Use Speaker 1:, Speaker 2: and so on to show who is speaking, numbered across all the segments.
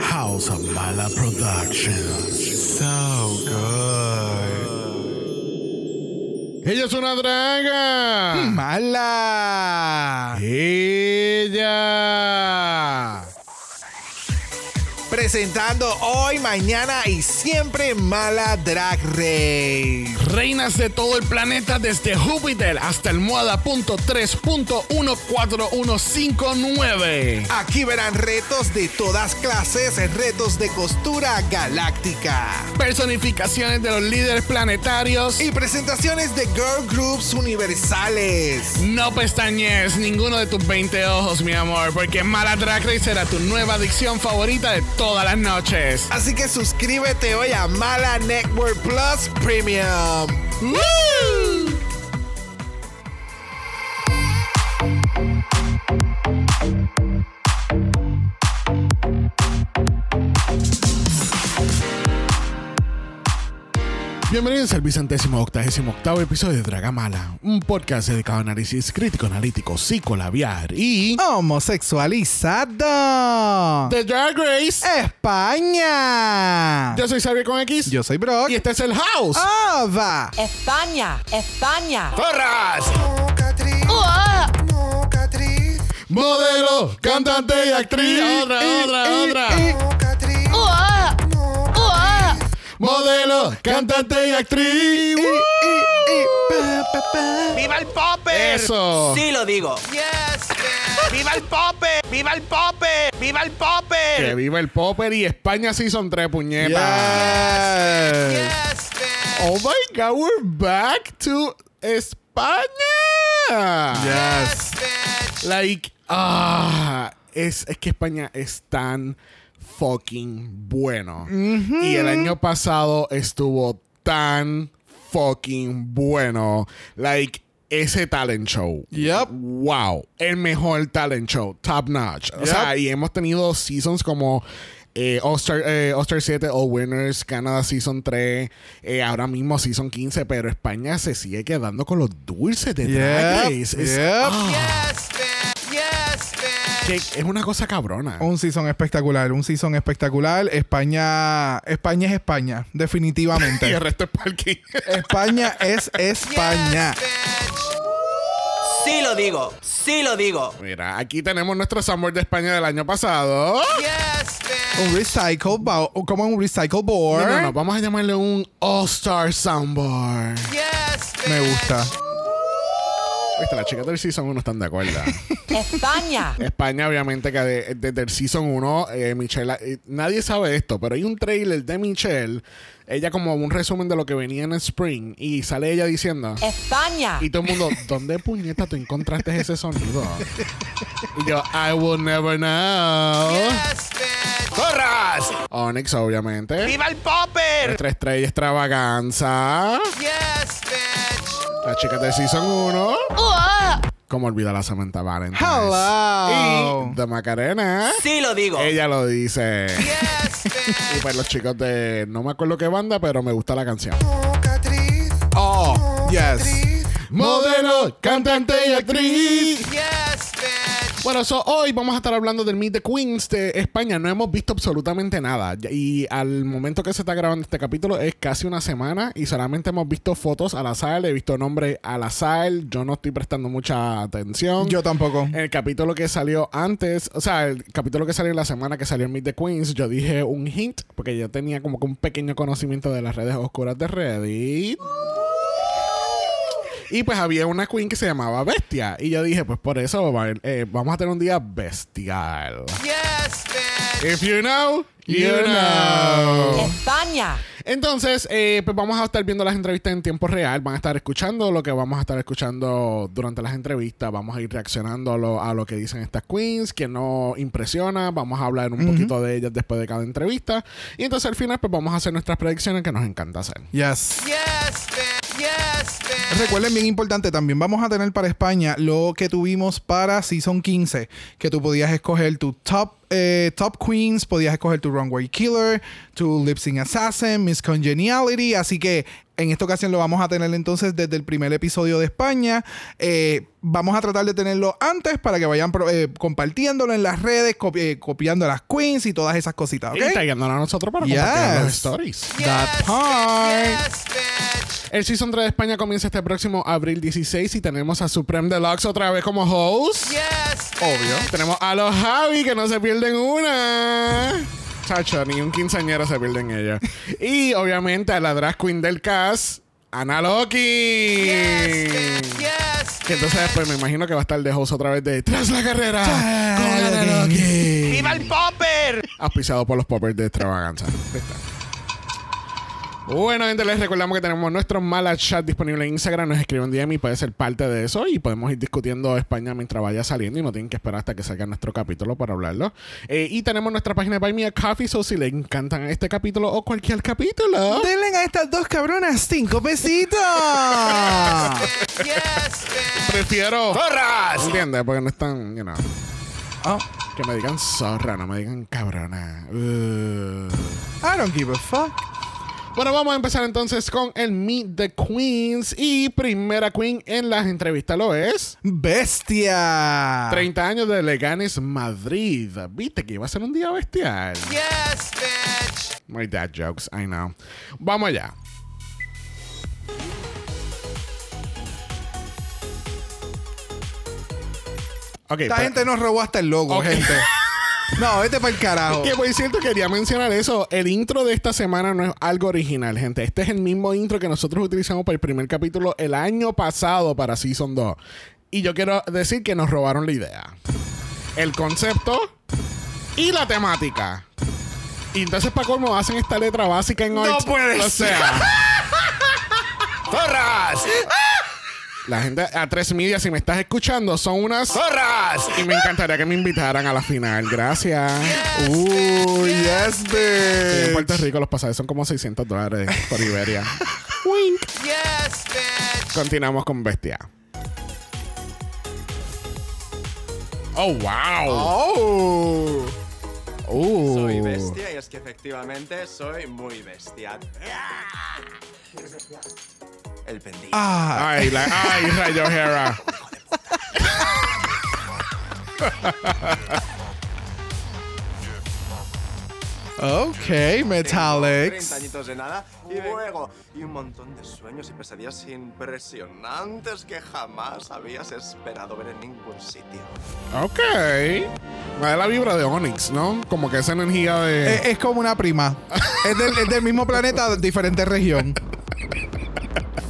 Speaker 1: House of Mala Productions. So good.
Speaker 2: Ella es una draga.
Speaker 1: Mala.
Speaker 2: Ella.
Speaker 1: Presentando hoy, mañana y siempre Mala Drag Race.
Speaker 2: Reinas de todo el planeta desde Júpiter hasta el Moda.3.141159.
Speaker 1: Aquí verán retos de todas clases, retos de costura galáctica,
Speaker 2: personificaciones de los líderes planetarios
Speaker 1: y presentaciones de girl groups universales.
Speaker 2: No pestañes ninguno de tus 20 ojos, mi amor, porque Mala Drag Race será tu nueva adicción favorita de todas las noches.
Speaker 1: Así que suscríbete hoy a Mala Network Plus Premium.
Speaker 2: Woo! Bienvenidos al vicentésimo octagésimo octavo episodio de Dragamala, un podcast dedicado a análisis crítico, analítico, psicolabiar y
Speaker 1: homosexualizado
Speaker 2: The Drag Race
Speaker 1: España.
Speaker 2: Yo soy Xavier con X
Speaker 1: Yo Ah. soy Brock.
Speaker 2: y este es el House.
Speaker 1: Ova.
Speaker 3: España, España.
Speaker 2: ¡Torras! Modelo, cantante y actriz. Otra, otra, otra. Oh. Modelo, cantante y actriz.
Speaker 4: Uh,
Speaker 2: eh,
Speaker 4: ¡Viva el popper!
Speaker 2: Eso.
Speaker 5: Sí lo digo.
Speaker 4: Yes, man. ¡Viva el popper! ¡Viva el popper! ¡Viva el
Speaker 2: Que
Speaker 4: popper!
Speaker 2: viva el popper y España Season 3, puñeta.
Speaker 4: Yes, man.
Speaker 2: Oh my God, we're back to España.
Speaker 4: Yes, man.
Speaker 2: Like, ah, es, es que España es tan fucking bueno. Y el año pasado estuvo tan fucking bueno. Like, ese talent show.
Speaker 1: Yep.
Speaker 2: Wow. El mejor talent show. Top notch. O sea, y hemos tenido seasons como. Eh, All-Star eh, All-Star 7, All Winners, Canadá Season 3, eh, ahora mismo Season 15, pero España se sigue quedando con los dulces de
Speaker 1: Yep,
Speaker 2: Drag Race. Es-
Speaker 1: yep.
Speaker 2: ah.
Speaker 4: Yes, man. Yes, man.
Speaker 2: Que es una cosa cabrona.
Speaker 1: Un season espectacular, un season espectacular. España, España es España,
Speaker 2: Y
Speaker 1: definitivamente.
Speaker 2: el resto es parking.
Speaker 1: España es España.
Speaker 5: Sí lo digo. Sí lo digo.
Speaker 2: Mira, aquí tenemos nuestro Summer de España del año pasado.
Speaker 4: Yes, man.
Speaker 1: Un recycle, bo- como un recycle
Speaker 2: No, no, no,
Speaker 1: board.
Speaker 2: vamos a llamarle un All-Star Soundbar.
Speaker 4: Yes, man.
Speaker 1: Me gusta.
Speaker 2: Viste, las chicas del Season 1 están de acuerdo.
Speaker 3: España.
Speaker 2: España, obviamente, que de- desde el Season 1, eh, Michelle, eh, nadie sabe esto, pero hay un trailer de Michelle, ella como un resumen de lo que venía en el Spring, y sale ella diciendo...
Speaker 3: España.
Speaker 2: Y todo el mundo, ¿dónde puñeta tú encontraste ese sonido? Y yo, I will never know.
Speaker 4: Yes, man.
Speaker 2: ¡Corras! Onyx, obviamente.
Speaker 4: ¡Viva el popper!
Speaker 2: Nuestra estrella extravaganza.
Speaker 4: Yes, man.
Speaker 2: Las chicas de Season 1. Como olvida la Samantha Valentine.
Speaker 1: Hello.
Speaker 2: Y The Macarena.
Speaker 5: Sí lo digo.
Speaker 2: Ella lo dice.
Speaker 4: Yes,
Speaker 2: Y
Speaker 4: man.
Speaker 2: pues los chicos de. No me acuerdo qué banda, pero me gusta la canción.
Speaker 1: Oh, yes.
Speaker 2: Modelo, cantante y actriz.
Speaker 4: Yes, man.
Speaker 2: Bueno, so, hoy vamos a estar hablando del Meet the Queens de España. No hemos visto absolutamente nada. Y al momento que se está grabando este capítulo es casi una semana y solamente hemos visto fotos al azar. He visto nombres al azar. Yo no estoy prestando mucha atención.
Speaker 1: Yo tampoco.
Speaker 2: En el capítulo que salió antes, o sea, el capítulo que salió la semana que salió Meet the Queens, yo dije un hint, porque yo tenía como que un pequeño conocimiento de las redes oscuras de Reddit. Y pues había una queen que se llamaba Bestia. Y yo dije, pues por eso va- eh, vamos a tener un día bestial.
Speaker 4: Yes, man.
Speaker 2: If you know, you
Speaker 1: You
Speaker 2: know.
Speaker 3: España.
Speaker 2: Entonces, eh, pues vamos a estar viendo las entrevistas en tiempo real. Van a estar escuchando lo que vamos a estar escuchando durante las entrevistas. Vamos a ir reaccionando a lo, a lo que dicen estas queens, que nos impresiona. Vamos a hablar un poquito de ellas después de cada entrevista. Y entonces al final, pues vamos a hacer nuestras predicciones que nos encanta hacer.
Speaker 1: Yes.
Speaker 4: Yes, man. Yes, man.
Speaker 1: Recuerden, bien importante, también vamos a tener para España lo que tuvimos para Season 15, que tú podías escoger tu top eh, Top Queens, podías escoger tu Runway Killer, tu Lip Sync Assassin, Miss Congeniality. Así que en esta ocasión lo vamos a tener entonces desde el primer episodio de España. Eh, vamos a tratar de tenerlo antes para que vayan pro- eh, compartiéndolo en las redes, copi- eh, copiando a las Queens y todas esas cositas. ¿ok?
Speaker 2: Y tagueándonos a nosotros para compartir
Speaker 1: Yes.
Speaker 2: los stories.
Speaker 1: That part.
Speaker 4: Yes, bitch.
Speaker 2: El Season 3 de España comienza este próximo abril 16 y tenemos a Supreme Deluxe otra vez como host.
Speaker 4: Yes,
Speaker 2: Obvio. Tenemos a los Javi que no se pierden una. Chacho, ni un quinceañero se pierde en ella. Y obviamente a la drag queen del cast, Ana Loki.
Speaker 4: bitch. Yes.
Speaker 2: Que entonces después me imagino que va a estar de host otra vez de Tras la carrera. con Ana
Speaker 1: Ana Loki.
Speaker 2: Loki.
Speaker 4: ¡Viva el popper!
Speaker 2: auspiciado por los poppers de extravaganza. Ahí está. Bueno, gente, les recordamos que tenemos nuestro mala chat disponible en Instagram. Nos escriben DM y puede ser parte de eso. Y podemos ir discutiendo España mientras vaya saliendo. Y no tienen que esperar hasta que salga nuestro capítulo para hablarlo. Eh, y tenemos nuestra página de Buy Me a Coffee. So, si les encantan este capítulo o cualquier capítulo,
Speaker 1: Denle a estas dos cabronas cinco pesitos.
Speaker 4: Yes, bitch.
Speaker 2: prefiero. ¡Zorras! ¿Entiendes? Porque no están, you know,
Speaker 1: Oh,
Speaker 2: que me digan zorra, no me digan cabrona. Ugh.
Speaker 1: I don't give a fuck.
Speaker 2: Bueno, vamos a empezar entonces con el Meet the Queens. Y primera queen en las entrevistas lo es.
Speaker 1: Bestia.
Speaker 2: 30 años de Leganes Madrid. Viste que iba a ser un día bestial.
Speaker 4: Yes, bitch.
Speaker 2: My dad jokes, I know. Vamos allá. Ok,
Speaker 1: Esta
Speaker 2: pero-
Speaker 1: gente nos robó hasta el logo,
Speaker 2: Ok.
Speaker 1: gente. No, vete para el carajo.
Speaker 2: Que por cierto quería mencionar eso. El intro de esta semana no es algo original, gente. Este es el mismo intro que nosotros utilizamos para el primer capítulo el año pasado para Season 2. Y yo quiero decir que nos robaron la idea, el concepto y la temática. Y entonces para colmo hacen esta letra básica en hoy.
Speaker 1: puede
Speaker 2: O sea,
Speaker 4: ¡Zorras!
Speaker 2: la gente a tres media si me estás escuchando son unas
Speaker 4: ¡Zorras!
Speaker 2: y me encantaría que me invitaran a la final. Gracias.
Speaker 1: Uh, yes,
Speaker 2: En
Speaker 1: bitch.
Speaker 2: Puerto Rico los pasajes son como 600 dólares por Iberia.
Speaker 4: Yes, bitch.
Speaker 2: Continuamos con Bestia. Oh, wow.
Speaker 1: Oh.
Speaker 2: Uh.
Speaker 5: Soy bestia y es que efectivamente soy muy bestia. El pendiente.
Speaker 1: Ah,
Speaker 2: Ay, la, ay, Rayo Hera.
Speaker 1: ok,
Speaker 5: Tengo 30
Speaker 1: Metalex.
Speaker 5: añitos de nada y luego y un montón de sueños y pesadillas impresionantes que jamás habías esperado ver en ningún sitio.
Speaker 2: Ok. Me da la vibra de Onyx, ¿no? Como que esa energía de.
Speaker 1: Es, es como una prima. Es del, es del mismo planeta, diferente región.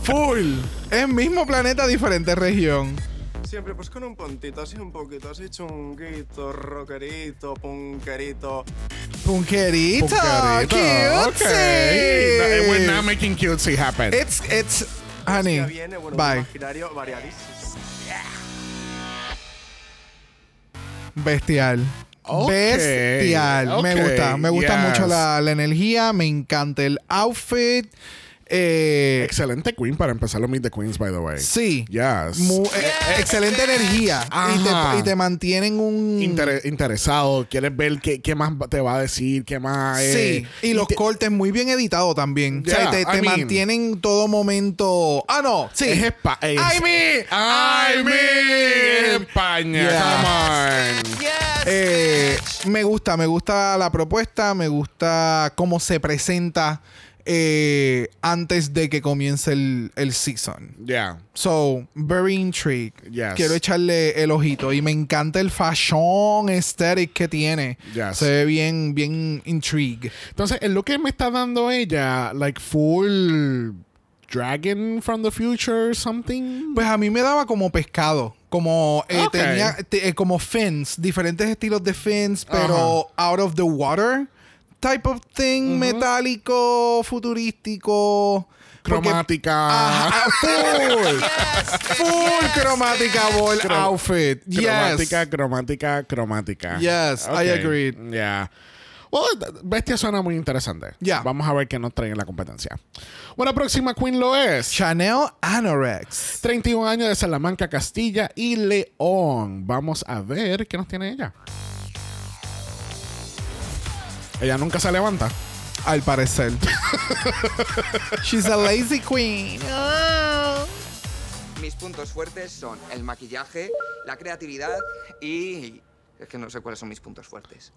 Speaker 1: Full. Es mismo planeta, diferente región.
Speaker 5: Siempre pues con un puntito así un poquito así chunguito, rockerito, punkerito.
Speaker 1: Punquerito.
Speaker 2: Pucarito. Okay.
Speaker 1: Cutesy.
Speaker 2: eh, We're not making cutesy happen.
Speaker 1: It's, it's, honey.
Speaker 5: Ya viene, bueno, un
Speaker 1: Bye.
Speaker 5: imaginario variadísimo.
Speaker 1: Bestial.
Speaker 2: Ok,
Speaker 1: Bestial. Me
Speaker 2: ok,
Speaker 1: gusta. Me gusta
Speaker 2: yes.
Speaker 1: mucho la, la energía. Me encanta el outfit. Eh,
Speaker 2: Excelente Queen para empezar los Meet the Queens, by the way.
Speaker 1: sí.
Speaker 2: Yes.
Speaker 1: Mu- eh, excelente energía. Y
Speaker 2: Ajá.
Speaker 1: te, y te mantienen un.
Speaker 2: Inter- interesado, quieres ver qué, qué más te va a decir, qué más.
Speaker 1: Sí,
Speaker 2: eh,
Speaker 1: y los
Speaker 2: te-
Speaker 1: cortes muy bien editados también.
Speaker 2: Yeah,
Speaker 1: o sea, te,
Speaker 2: I
Speaker 1: te
Speaker 2: mean-
Speaker 1: mantienen todo momento. Ah, no, sí.
Speaker 2: Es España.
Speaker 1: ¡Ay, mi!
Speaker 2: ¡Ay, mi! Es España.
Speaker 1: Yeah.
Speaker 2: Come on.
Speaker 4: Yes.
Speaker 1: Eh, me gusta, me gusta la propuesta, me gusta cómo se presenta eh, antes de que comience el, el season.
Speaker 2: Yeah.
Speaker 1: So, very intrigued.
Speaker 2: Yes.
Speaker 1: Quiero echarle el ojito y me encanta el fashion aesthetic que tiene.
Speaker 2: Yes.
Speaker 1: Se ve bien, bien intrigue.
Speaker 2: Entonces, el look que me está dando ella, like full dragon from the future or something.
Speaker 1: Pues a mí me daba como pescado. Como eh,
Speaker 2: Ok.
Speaker 1: tenía te- eh, como fins, diferentes estilos de fins, pero out of the water type of thing, metálico, futurístico. Porque-
Speaker 2: Cromática.
Speaker 1: Ajá, ah, full. full cromática ball outfit. Yes.
Speaker 2: Cromática, cromática, cromática.
Speaker 1: Yes, I
Speaker 2: Ok.
Speaker 1: agreed.
Speaker 2: Yeah. Well, th- Bestia suena muy interesante.
Speaker 1: Yeah.
Speaker 2: Vamos a ver qué nos trae en la competencia. Bueno, próxima Queen lo es.
Speaker 1: Chanel Anorex.
Speaker 2: 31 años de Salamanca, Castilla y León. Vamos a ver qué nos tiene ella. Ella nunca se levanta.
Speaker 1: Al parecer. She's a lazy queen.
Speaker 6: Mis puntos fuertes son el maquillaje, la creatividad y... Es que no sé cuáles son mis puntos fuertes.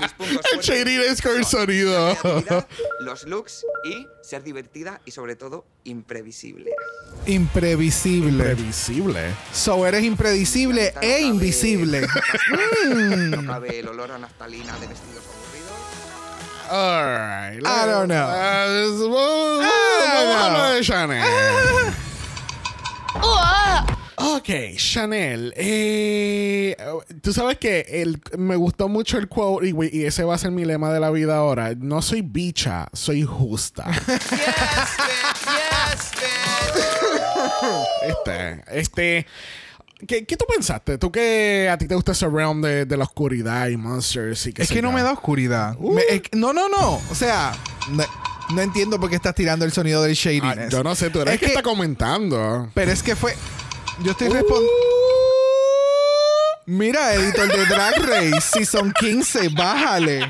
Speaker 6: mis puntos fuertes
Speaker 2: Shady es con el
Speaker 6: son
Speaker 2: sonido.
Speaker 6: la creatividad, los looks y ser divertida y sobre todo imprevisible.
Speaker 1: Imprevisible.
Speaker 2: Previsible.
Speaker 1: So eres impredecible
Speaker 6: Tal
Speaker 1: e
Speaker 6: vez
Speaker 1: invisible.
Speaker 2: Mm.
Speaker 6: No cabe el olor a naftalina de vestidos aburridos.
Speaker 2: Alright.
Speaker 1: I don't know.
Speaker 2: Uh, this-
Speaker 1: I
Speaker 2: well,
Speaker 1: don't
Speaker 2: vamos a
Speaker 1: know.
Speaker 2: hablar de Chanel. Ok, Chanel. eh, Tú sabes que el, me gustó mucho el quote y, y ese va a ser mi lema de la vida ahora. No soy bicha, soy justa. Este, este. ¿Qué, qué tú pensaste? Tú que a ti te gusta ese realm de, de la oscuridad y monsters y que
Speaker 1: es que no me da oscuridad.
Speaker 2: Uh.
Speaker 1: Me- es que- no, no, no. O sea, no, no entiendo por qué estás tirando el sonido del shadiness.
Speaker 2: yo no sé, tú eres
Speaker 1: Es
Speaker 2: el Ah, que,
Speaker 1: que-
Speaker 2: está comentando.
Speaker 1: Pero es que fue. Yo estoy
Speaker 2: Uh.
Speaker 1: respondiendo. Mira, editor de Drag Race, Season 15, bájale.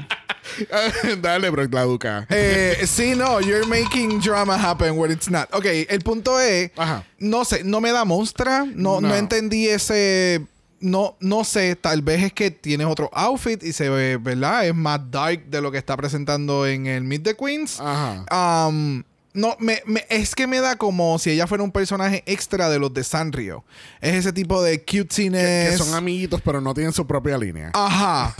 Speaker 2: Dale, bro, la duca.
Speaker 1: Eh, sí, no, you're making drama happen where it's not. Ok, el punto es,
Speaker 2: Ajá.
Speaker 1: no sé, no me da monstra, no, no.
Speaker 2: No.
Speaker 1: entendí ese, no, no sé, tal vez es que tienes otro outfit y se ve, ¿verdad? Es más dark de lo que está presentando en el Meet the Queens.
Speaker 2: Ajá.
Speaker 1: Um, no, me, me- es que me da como si ella fuera un personaje extra de los de Sanrio. Es ese tipo de
Speaker 2: Que
Speaker 1: cutesiness.
Speaker 2: son amiguitos, pero no tienen su propia línea.
Speaker 1: Ajá.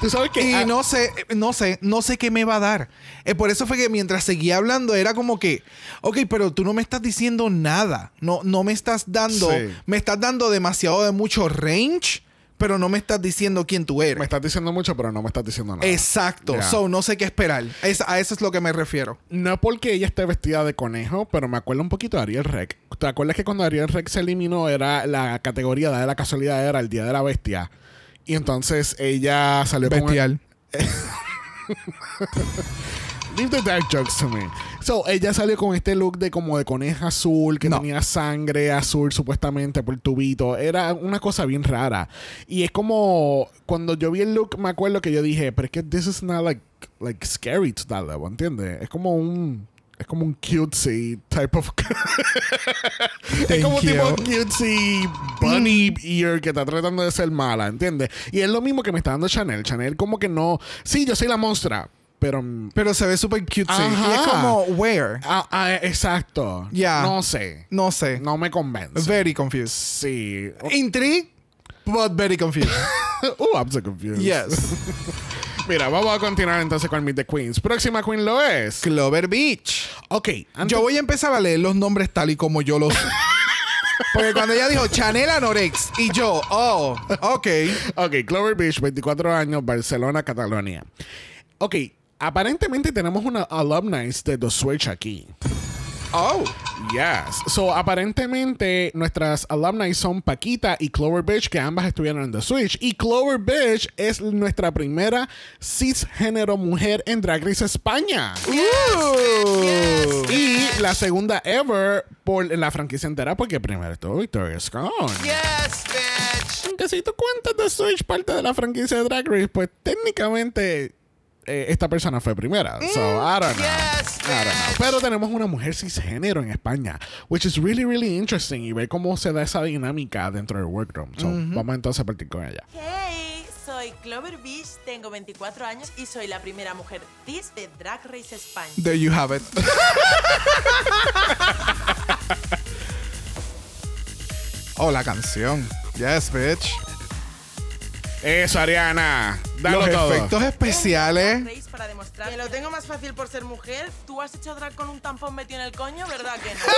Speaker 2: Tú sabes que.
Speaker 1: Y
Speaker 2: ah,
Speaker 1: no sé, no sé, no sé qué me va a dar. Eh, por eso fue que mientras seguía hablando era como que, ok, pero tú no me estás diciendo nada. No, no me estás dando,
Speaker 2: Sí.
Speaker 1: me estás dando demasiado de mucho range, pero no me estás diciendo quién tú
Speaker 2: Me
Speaker 1: eres.
Speaker 2: estás diciendo mucho, pero no me estás diciendo nada.
Speaker 1: Exacto.
Speaker 2: Ya.
Speaker 1: So, no sé qué esperar. Es- a eso es lo que me refiero.
Speaker 2: No porque ella esté vestida de conejo, pero me acuerdo un poquito de Ariel Rec. ¿Te acuerdas que cuando Ariel Rec se eliminó, era la categoría de la casualidad era el Día de la Bestia? Y entonces ella salió con-
Speaker 1: Bestial.
Speaker 2: Leave the dark jokes to me. So, ella salió con este look de como de coneja azul, que
Speaker 1: No.
Speaker 2: tenía sangre azul supuestamente por el tubito. Era una cosa bien rara. Y es como, cuando yo vi el look, me acuerdo que yo dije, pero es que this is not like, like scary to that level, ¿entiendes? Es como un... Es como un cutesy type of. es como un
Speaker 1: Thank
Speaker 2: tipo
Speaker 1: you.
Speaker 2: cutesy bunny ear que está tratando de ser mala, ¿entiendes? Y es lo mismo que me está dando Chanel. Chanel, como que no. Sí, yo soy la monstrua, pero mm,
Speaker 1: Pero se ve súper cute. Y es
Speaker 2: Ajá.
Speaker 1: como, where?
Speaker 2: Ah, ah, exacto.
Speaker 1: Ya.
Speaker 2: No sé.
Speaker 1: No sé.
Speaker 2: No me convence.
Speaker 1: Very confused.
Speaker 2: sí.
Speaker 1: Intrigued, but very confused.
Speaker 2: Uh, I'm so confused.
Speaker 1: yes.
Speaker 2: Mira, vamos a continuar entonces con Meet the Queens. Próxima Queen lo es.
Speaker 1: Clover Beach.
Speaker 2: Ok. antes-
Speaker 1: Yo voy a empezar a leer los nombres tal y como yo los. Porque cuando ella dijo Chanel Anorex y yo, oh, ok.
Speaker 2: Ok, Clover Beach, 24 años, Barcelona, Cataluña. Ok, aparentemente tenemos una alumni de The Switch aquí.
Speaker 1: Oh,
Speaker 2: Yes. So, aparentemente, nuestras alumni son Paquita y Clover Beach, que ambas estuvieron en The Switch. Y Clover Beach es nuestra primera cisgénero mujer en Drag Race España. Y la segunda ever por la franquicia entera, porque primero estuvo Victoria Scone.
Speaker 4: Yes, bitch.
Speaker 2: Aunque si tú cuentas The Switch parte de la franquicia de Drag Race, pues técnicamente eh, esta persona fue primera. So, I don't know.
Speaker 4: Yes,
Speaker 2: I don't know.
Speaker 4: bitch.
Speaker 2: Pero tenemos una mujer cisgénero en España, which is really, really interesting. Y ver cómo se da esa dinámica dentro del workroom. So, Vamos entonces a partir con ella.
Speaker 7: Hey, soy Clover Beach, tengo 24 años y soy la primera mujer cis de Drag Race España.
Speaker 1: there you have it. oh, la canción. Yes, bitch.
Speaker 2: Eso, Ariana. Dalo
Speaker 1: los
Speaker 2: todo.
Speaker 1: efectos
Speaker 4: ¿eh?
Speaker 7: Drag
Speaker 1: especiales.
Speaker 7: Race para demostrar que lo tengo más fácil por ser mujer. Tú has hecho drag con un tampón metido en el coño, ¿verdad que no?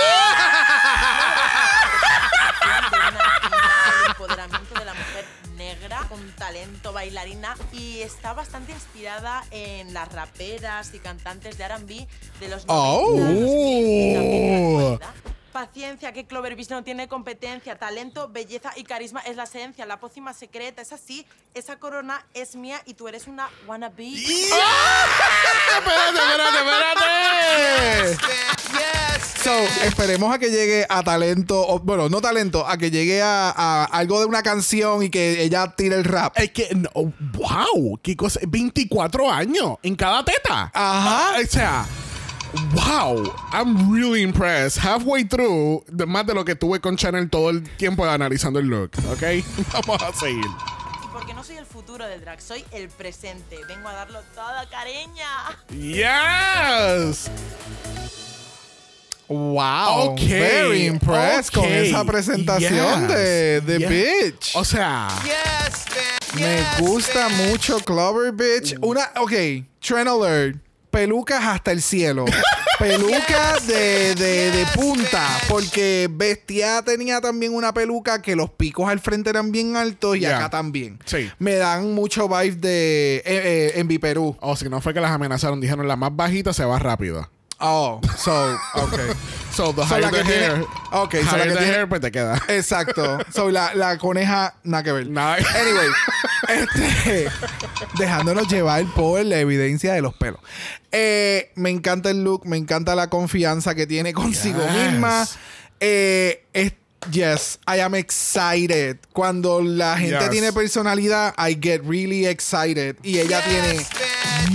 Speaker 7: De una actividad del empoderamiento de la mujer negra con talento bailarina y está bastante inspirada en las raperas y cantantes de R&B de los 90
Speaker 1: Oh.
Speaker 7: los 2000 y también de la actualidad. Paciencia, que Clover Beach no tiene competencia. Talento, belleza y carisma es la esencia, la pócima secreta. Es así, esa corona es mía y tú eres una wannabe.
Speaker 2: ¡Ah! espérate, espérate, espérate.
Speaker 4: Yes,
Speaker 1: So, esperemos a que llegue a talento, o, bueno, no talento, a que llegue a, a algo de una canción y que ella tire el rap.
Speaker 2: Es que, no, wow, qué cosa. 24 años en cada teta.
Speaker 1: Ajá.
Speaker 2: O sea, wow, I'm really impressed. Halfway through, de- más de lo que tuve con Chanel todo el tiempo analizando el look, ¿ok? Vamos a seguir.
Speaker 7: Y porque no soy el futuro del drag, soy el presente. Vengo a darlo todo, cariña.
Speaker 2: Yes!
Speaker 1: Wow.
Speaker 2: Ok,
Speaker 1: Very impressed con
Speaker 2: ok,
Speaker 1: esa presentación
Speaker 2: yes,
Speaker 1: de, de
Speaker 2: yes.
Speaker 1: Bitch.
Speaker 2: O sea,
Speaker 4: Yes, bitch.
Speaker 1: Me
Speaker 4: yes,
Speaker 1: gusta
Speaker 4: bitch.
Speaker 1: mucho Clover Bitch.
Speaker 2: Mm.
Speaker 1: Una, ok, trend alert. Pelucas hasta el cielo. Pelucas de, de- de
Speaker 4: Yes,
Speaker 1: punta.
Speaker 4: bitch.
Speaker 1: Porque Bestia tenía también una peluca que los picos al frente eran bien altos y
Speaker 2: Yeah.
Speaker 1: acá también.
Speaker 2: Sí.
Speaker 1: Me dan mucho vibe de eh, eh, Envy Perú.
Speaker 2: o si no fue que las amenazaron, dijeron la más bajita se va rápido.
Speaker 1: Oh, so, ok.
Speaker 2: So, the
Speaker 1: So,
Speaker 2: higher
Speaker 1: la
Speaker 2: the
Speaker 1: que tiene-
Speaker 2: hair,
Speaker 1: ok, so,
Speaker 2: higher
Speaker 1: la que
Speaker 2: the
Speaker 1: tiene-
Speaker 2: hair, pues te queda.
Speaker 1: Exacto. Soy la, la coneja, nada que ver.
Speaker 2: Nada.
Speaker 1: Anyway, este, dejándonos llevar por la evidencia de los pelos. Eh, me encanta el look, me encanta la confianza que tiene consigo
Speaker 2: Yes.
Speaker 1: misma. Eh, es- yes, I am excited. Cuando la gente
Speaker 2: Yes.
Speaker 1: tiene personalidad, I get really excited. Y ella tiene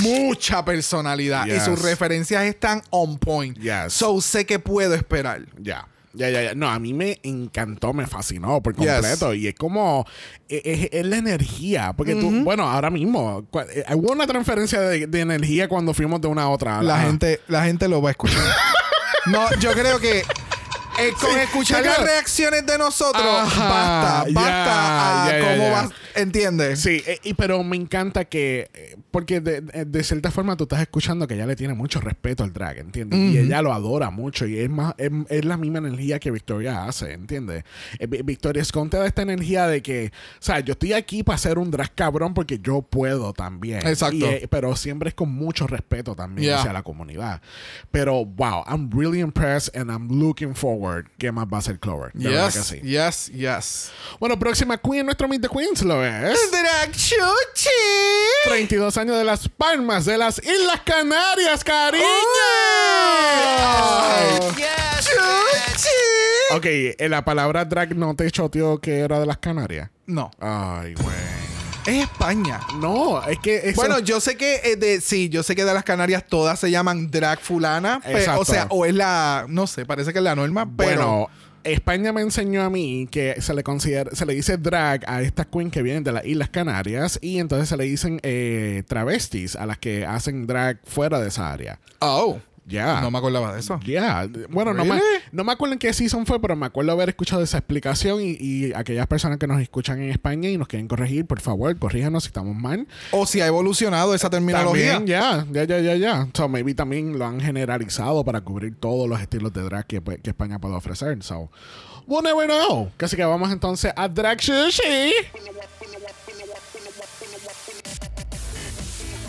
Speaker 1: mucha personalidad y
Speaker 2: Yes.
Speaker 1: sus referencias están on point.
Speaker 2: Yes.
Speaker 1: So sé que puedo esperar.
Speaker 2: Ya. Ya, ya, ya. No, a mí me encantó, me fascinó por
Speaker 1: Yes.
Speaker 2: completo. Y es como. e- e- Es, la energía. Porque tú, bueno, ahora mismo. cua- eh, Hubo una transferencia de, de energía cuando fuimos de una a otra.
Speaker 1: la
Speaker 2: Ajá.
Speaker 1: gente la gente lo va a escuchar no yo creo que eh, con escuchar
Speaker 2: yo
Speaker 1: las
Speaker 2: creo-
Speaker 1: reacciones de nosotros
Speaker 2: Ajá,
Speaker 1: basta
Speaker 2: ya,
Speaker 1: basta a
Speaker 2: ya, ya,
Speaker 1: cómo
Speaker 2: ya.
Speaker 1: vas entiendes
Speaker 2: Sí, eh, y, pero me encanta que. eh, Porque de, eh, de cierta forma tú estás escuchando que ella le tiene mucho respeto al drag, ¿entiendes? Y ella lo adora mucho y es más es, es la misma energía que Victoria hace, ¿entiendes? Eh, Vi- Victoria Scott te da esta energía de que, o sea, yo estoy aquí para hacer un drag cabrón porque yo puedo también.
Speaker 1: Exacto.
Speaker 2: Y, eh, pero siempre es con mucho respeto también
Speaker 1: Yeah.
Speaker 2: hacia la comunidad. Pero wow, I'm really impressed and I'm looking forward. ¿Qué más va a ser Clover? De verdad que sí.
Speaker 1: yes yes
Speaker 2: Bueno, próxima Queen, nuestro Meet the Queens lo es.
Speaker 1: drag chuchi
Speaker 2: 32 años de las palmas de las Islas Canarias, cariño.
Speaker 1: Oh.
Speaker 4: Yes,
Speaker 1: chuchi
Speaker 2: Ok, eh, la palabra drag no te choteó que era de las Canarias.
Speaker 1: no
Speaker 2: Ay, güey.
Speaker 1: es España
Speaker 2: No, es que eso-
Speaker 1: bueno, yo sé que eh, de, sí, yo sé que de las Canarias todas se llaman drag fulana, pe-
Speaker 2: Exacto.
Speaker 1: o sea, o es la, no sé, parece que es la norma, pero
Speaker 2: bueno, España me enseñó a mí que se le considera, se le dice drag a estas queens que vienen de las Islas Canarias y entonces se le dicen eh, travestis a las que hacen drag fuera de esa área.
Speaker 1: oh,
Speaker 2: Ya.
Speaker 1: no me acordaba de eso.
Speaker 2: Yeah. Bueno, no, me,
Speaker 1: Really?
Speaker 2: no me acuerdo en qué season fue, pero me acuerdo haber escuchado esa explicación y, y aquellas personas que nos escuchan en España y nos quieren corregir, por favor, corríjanos si estamos mal.
Speaker 1: O si ha evolucionado esa terminología.
Speaker 2: También, ya, ya, ya, ya, ya. So, maybe también lo han generalizado para cubrir todos los estilos de drag que, pues, que España puede ofrecer. So, we'll never know. Así que vamos entonces a Drag Sushi.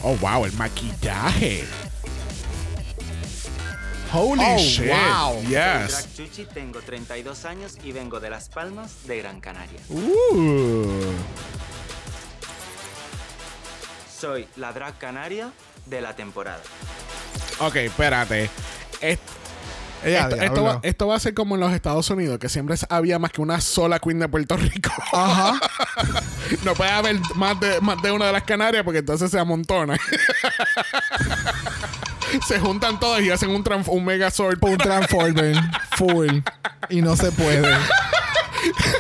Speaker 2: Oh, wow, el maquillaje. Holy
Speaker 1: Oh,
Speaker 2: shit.
Speaker 1: wow.
Speaker 2: Yes.
Speaker 8: Soy Drag Chuchi, tengo 32 años y vengo de Las Palmas de Gran Canaria.
Speaker 2: Ooh.
Speaker 8: Soy la drag canaria de la temporada.
Speaker 2: Ok, espérate. Este Es-
Speaker 1: Ella,
Speaker 2: esto,
Speaker 1: diablo.
Speaker 2: esto va, esto va a ser como en los Estados Unidos, que siempre había más que una sola queen de Puerto Rico.
Speaker 1: Ajá.
Speaker 2: No puede haber más de, más de una de las Canarias porque entonces se amontona. se juntan todas y hacen un, transf- un megazord.
Speaker 1: Un Transformer full. Y no se puede.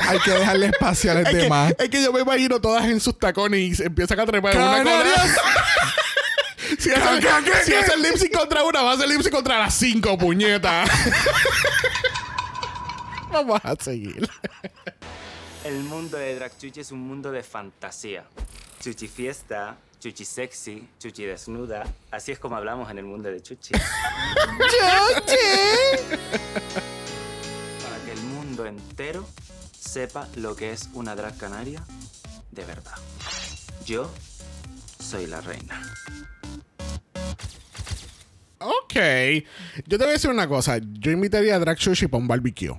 Speaker 1: Hay que dejarle este espacio al
Speaker 2: Es que,
Speaker 1: demás.
Speaker 2: es que yo me imagino todas en sus tacones y se empiezan a trepar una
Speaker 1: ¡Canarias!
Speaker 2: cola. Si hacen, si hacen lipsy contra una, va a hacer lipsy contra las cinco, puñetas. Vamos a seguir.
Speaker 8: El mundo de Drag Chuchi es un mundo de fantasía. Chuchi fiesta, chuchi sexy, chuchi desnuda. Así es como hablamos en el mundo de Chuchi. Para que el mundo entero sepa lo que es una drag canaria de verdad. Yo soy la reina.
Speaker 2: Ok. Yo te voy a decir una cosa. Yo invitaría a Drag Sushi para un barbecue.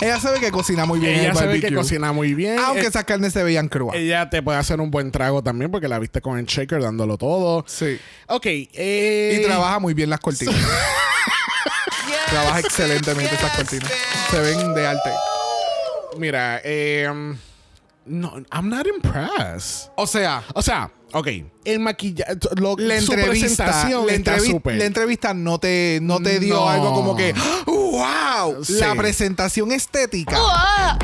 Speaker 1: Ella sabe que cocina muy bien. en
Speaker 2: Ella
Speaker 1: el
Speaker 2: sabe que
Speaker 1: barbecue.
Speaker 2: cocina muy bien.
Speaker 1: Aunque
Speaker 2: Eh,
Speaker 1: esas carnes se veían crudas.
Speaker 2: Ella te puede hacer un buen trago también porque la viste con el shaker dándolo todo.
Speaker 1: sí.
Speaker 2: Ok. eh,
Speaker 1: Y trabaja muy bien las cortinas. Trabaja excelentemente esas cortinas. Se ven de arte.
Speaker 2: Mira, eh, no, I'm not impressed.
Speaker 1: O sea,
Speaker 2: O sea, ok, el maquillaje, lo,
Speaker 1: la
Speaker 2: su
Speaker 1: entrevista,
Speaker 2: presentación
Speaker 1: la,
Speaker 2: está
Speaker 1: entrevi-
Speaker 2: súper.
Speaker 1: la entrevista no te, no te dio
Speaker 2: No.
Speaker 1: algo como que wow.
Speaker 2: Sí.
Speaker 1: La presentación estética.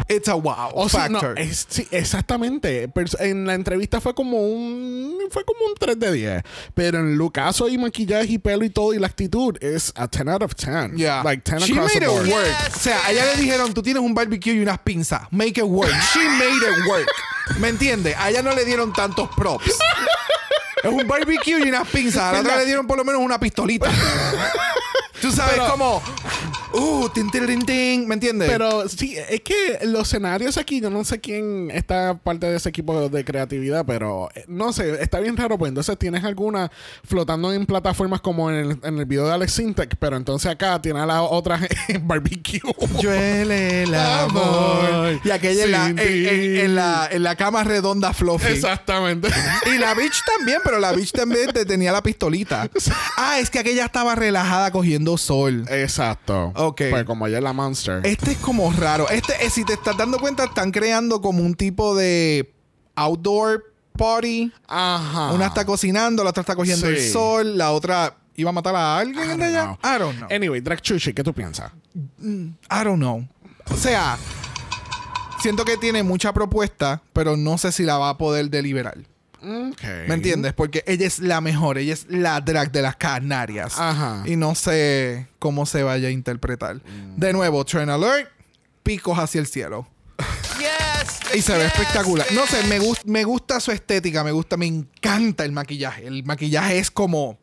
Speaker 1: It's a wow
Speaker 2: O sea, no, eh,
Speaker 1: factor.
Speaker 2: es- sí, exactamente. Pers- En la entrevista fue como un fue como un 3 de 10, pero en Lucaso y maquillaje y pelo y todo y la actitud es a 10 out of 10.
Speaker 1: Yeah.
Speaker 2: Like 10
Speaker 1: She
Speaker 2: across
Speaker 1: made it
Speaker 2: the board.
Speaker 1: work. O sea, a ella le dijeron, tú tienes un barbecue y unas pinzas. Make it work. She made it work. ¿Me entiendes? A ella no le dieron tantos props. Es un barbecue y unas pinzas. A la otra le dieron por lo menos una pistolita. Tú sabes como... Uh, tin, tin, tin, tin. ¿Me entiendes?
Speaker 2: Pero sí, es que los escenarios aquí, yo no sé quién está parte de ese equipo de creatividad, pero eh, no sé, está bien raro. Pues entonces tienes alguna flotando en plataformas como en el, en el video de Alex Sintek, pero entonces acá tiene a la otra en barbecue.
Speaker 1: Lluele el amor. Y aquella en la,
Speaker 2: Sin
Speaker 1: en- en-
Speaker 2: ti.
Speaker 1: en la- en la cama redonda fluffy.
Speaker 2: Exactamente.
Speaker 1: Y la bitch también, pero la bitch también te tenía la pistolita. Ah, es que aquella estaba relajada cogiendo sol.
Speaker 2: Exacto.
Speaker 1: Ok.
Speaker 2: Pues como ella es la monster.
Speaker 1: Este es como raro. Este, eh, si te estás dando cuenta, están creando como un tipo de outdoor party.
Speaker 2: Ajá.
Speaker 1: Una está cocinando, la otra está cogiendo
Speaker 2: Sí.
Speaker 1: el sol, la otra iba a matar a alguien de allá. I don't know.
Speaker 2: Anyway, Drag Chuchi, ¿qué tú piensas?
Speaker 1: I don't know. O sea, siento que tiene mucha propuesta, pero no sé si la va a poder deliberar. ¿Me entiendes? Porque ella es la mejor, ella es la drag de las Canarias.
Speaker 2: Ajá. Mm.
Speaker 1: Y no sé cómo se vaya a interpretar. De nuevo, Train Alert, picos hacia el cielo. Y se ve espectacular. No sé, me, gus- me gusta su estética, me gusta, me encanta el maquillaje. El maquillaje es como...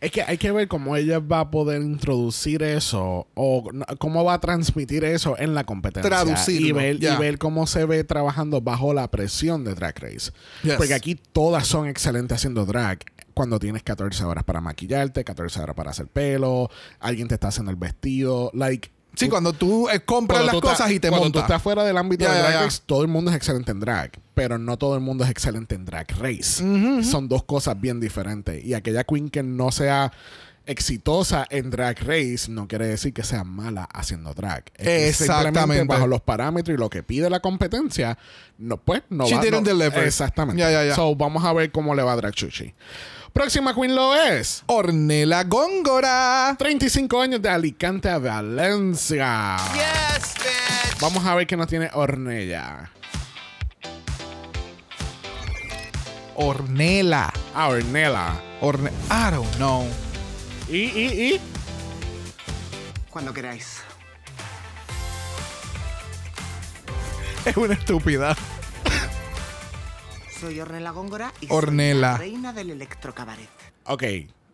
Speaker 2: Es que hay que ver cómo ella va a poder introducir eso o no, cómo va a transmitir eso en la competencia.
Speaker 1: Traducirlo,
Speaker 2: Y ver, y
Speaker 1: ya.
Speaker 2: ver cómo se ve trabajando bajo la presión de Drag Race.
Speaker 1: Yes.
Speaker 2: Porque aquí todas son excelentes haciendo drag. Cuando tienes 14 horas para maquillarte, 14 horas para hacer pelo, alguien te está haciendo el vestido. Like,
Speaker 1: Sí, cuando tú eh, compras las
Speaker 2: tú estás-
Speaker 1: cosas y te
Speaker 2: cuando
Speaker 1: montas.
Speaker 2: tú estás fuera del ámbito
Speaker 1: Ya,
Speaker 2: de
Speaker 1: ya,
Speaker 2: drag
Speaker 1: ya.
Speaker 2: race, todo el mundo es excelente en drag, pero no todo el mundo es excelente en drag race. Son dos cosas bien diferentes. Y aquella queen que no sea exitosa en drag race no quiere decir que sea mala haciendo drag. Es que
Speaker 1: Exactamente.
Speaker 2: simplemente bajo los parámetros y lo que pide la competencia, no, pues no
Speaker 1: She
Speaker 2: va
Speaker 1: didn't
Speaker 2: no-
Speaker 1: deliver.
Speaker 2: Exactamente.
Speaker 1: Ya, ya, ya.
Speaker 2: So, vamos a ver cómo le va a Drag Chuchi. Próxima queen lo es.
Speaker 1: Ornella Góngora.
Speaker 2: 35 años de Alicante a Valencia. Vamos a ver qué nos tiene Ornella.
Speaker 1: Ornella.
Speaker 2: Ah, Ornella.
Speaker 1: Orne I don't know.
Speaker 2: Y, y, y.
Speaker 6: Cuando queráis.
Speaker 1: Es una estúpida.
Speaker 9: Soy Ornella Góngora y
Speaker 1: Ornella.
Speaker 9: soy la reina del electrocabaret.
Speaker 2: Ok,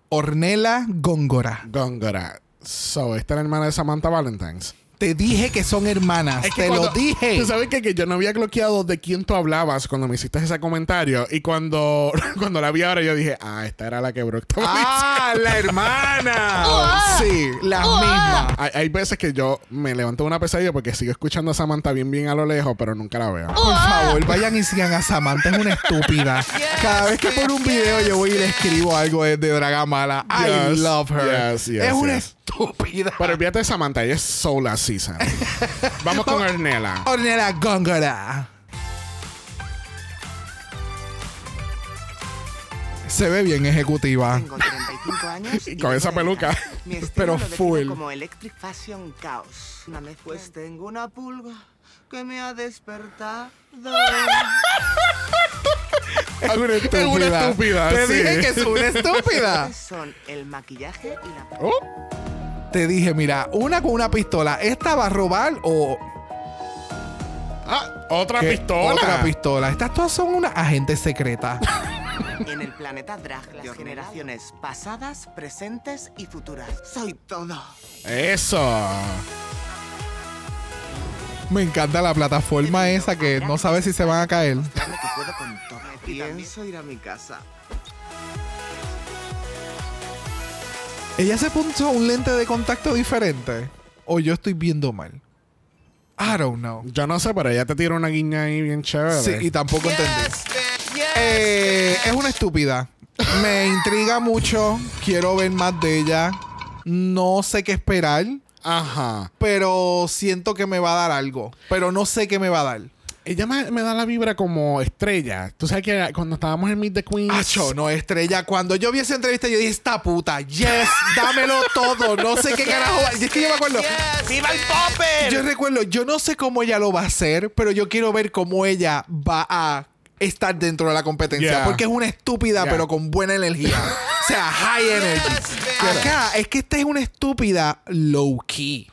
Speaker 1: Ornella Góngora.
Speaker 2: Góngora. So, esta es la hermana de Samantha Valentine's.
Speaker 1: Te dije que son hermanas.
Speaker 2: Es que
Speaker 1: Te
Speaker 2: cuando-
Speaker 1: lo dije.
Speaker 2: Tú sabes que, que yo no había bloqueado de quién tú hablabas cuando me hiciste ese comentario. Y cuando, cuando la vi ahora, yo dije, ah, esta era la que Brooke estaba
Speaker 1: ¡Ah, la hermana! sí, la misma.
Speaker 2: Hay, hay veces que yo me levanto de una pesadilla porque sigo escuchando a Samantha bien, bien a lo lejos, pero nunca la veo.
Speaker 1: Por favor, vayan y sigan a Samantha, es una estúpida. Cada vez que pone un video, yo voy y le escribo algo de, de Dragamala. I
Speaker 2: Yes,
Speaker 1: love her.
Speaker 2: yes, yes,
Speaker 1: es una
Speaker 2: yes.
Speaker 1: estúpida.
Speaker 2: Pero olvídate de Samantha, ella es sola season. Vamos con Ornella.
Speaker 1: Ornella Góngora. Se ve bien ejecutiva.
Speaker 9: Tengo 35 años.
Speaker 2: Con
Speaker 9: vivo
Speaker 2: esa
Speaker 9: en Milán.
Speaker 2: peluca.
Speaker 9: Mi estilo
Speaker 1: Pero
Speaker 9: lo defino
Speaker 1: full.
Speaker 9: Como Electric Fashion Chaos. Una mezcla.
Speaker 5: Pues tengo una pulga que me ha despertado.
Speaker 1: Es una estúpida.
Speaker 2: Es una estúpida,
Speaker 1: Te
Speaker 2: sí.
Speaker 1: dije que es una estúpida.
Speaker 9: Son el maquillaje y la
Speaker 2: Oh.
Speaker 1: Te dije, mira, una con una pistola. ¿Esta va a robar o
Speaker 2: Ah, otra
Speaker 1: qué?
Speaker 2: pistola.
Speaker 1: Otra pistola. Estas todas son una agente secreta.
Speaker 9: En el planeta drag, las generaciones pasadas, presentes y futuras. Soy todo.
Speaker 2: Eso.
Speaker 1: Me encanta la plataforma esa que no sabes si se van a caer.
Speaker 9: Claro que puedo con todo.
Speaker 5: Pienso ir a mi casa.
Speaker 1: Ella se puso un lente de contacto diferente. O yo estoy viendo mal. I don't know.
Speaker 2: Yo no sé, pero ella te tira una guiña ahí bien chévere.
Speaker 1: Sí, y tampoco entendí. Eh, es una estúpida. Me intriga mucho. Quiero ver más de ella. No sé qué esperar,
Speaker 2: Ajá.
Speaker 1: pero siento que me va a dar algo. Pero no sé qué me va a dar.
Speaker 2: Ella me, me da la vibra como estrella. Tú sabes que cuando estábamos en Meet the Queens.
Speaker 1: Acho, no, estrella. Cuando yo vi esa entrevista, yo dije, esta puta, yes, dámelo todo. No sé qué carajo. va- Y es que yo me acuerdo.
Speaker 4: ¡Viva el popper!
Speaker 1: Yo recuerdo, yo no sé cómo ella lo va a hacer, pero yo quiero ver cómo ella va a estar dentro de la competencia.
Speaker 2: Yeah.
Speaker 1: Porque es una estúpida,
Speaker 2: Yeah.
Speaker 1: pero con buena energía. o sea, high energy. Acá, es que esta es una estúpida low key.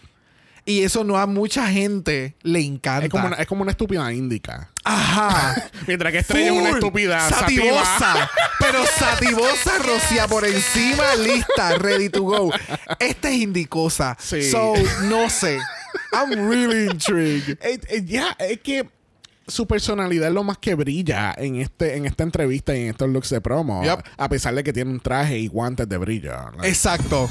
Speaker 1: Y eso no a mucha gente le encanta.
Speaker 2: es, como una, es como una estúpida índica.
Speaker 1: Ajá.
Speaker 2: Mientras que estrella es una
Speaker 1: Full.
Speaker 2: estúpida.
Speaker 1: Sativosa.
Speaker 2: sativa.
Speaker 1: Pero sativosa, rocía por encima, lista, ready to go. Esta es indicosa.
Speaker 2: Sí.
Speaker 1: So, no sé. I'm really intrigued.
Speaker 2: Eh, eh, ya, es que su personalidad es lo más que brilla en este en esta entrevista y en estos looks de promo.
Speaker 1: Yep.
Speaker 2: A pesar de que tiene un traje y guantes de brillo. ¿no?
Speaker 1: Exacto.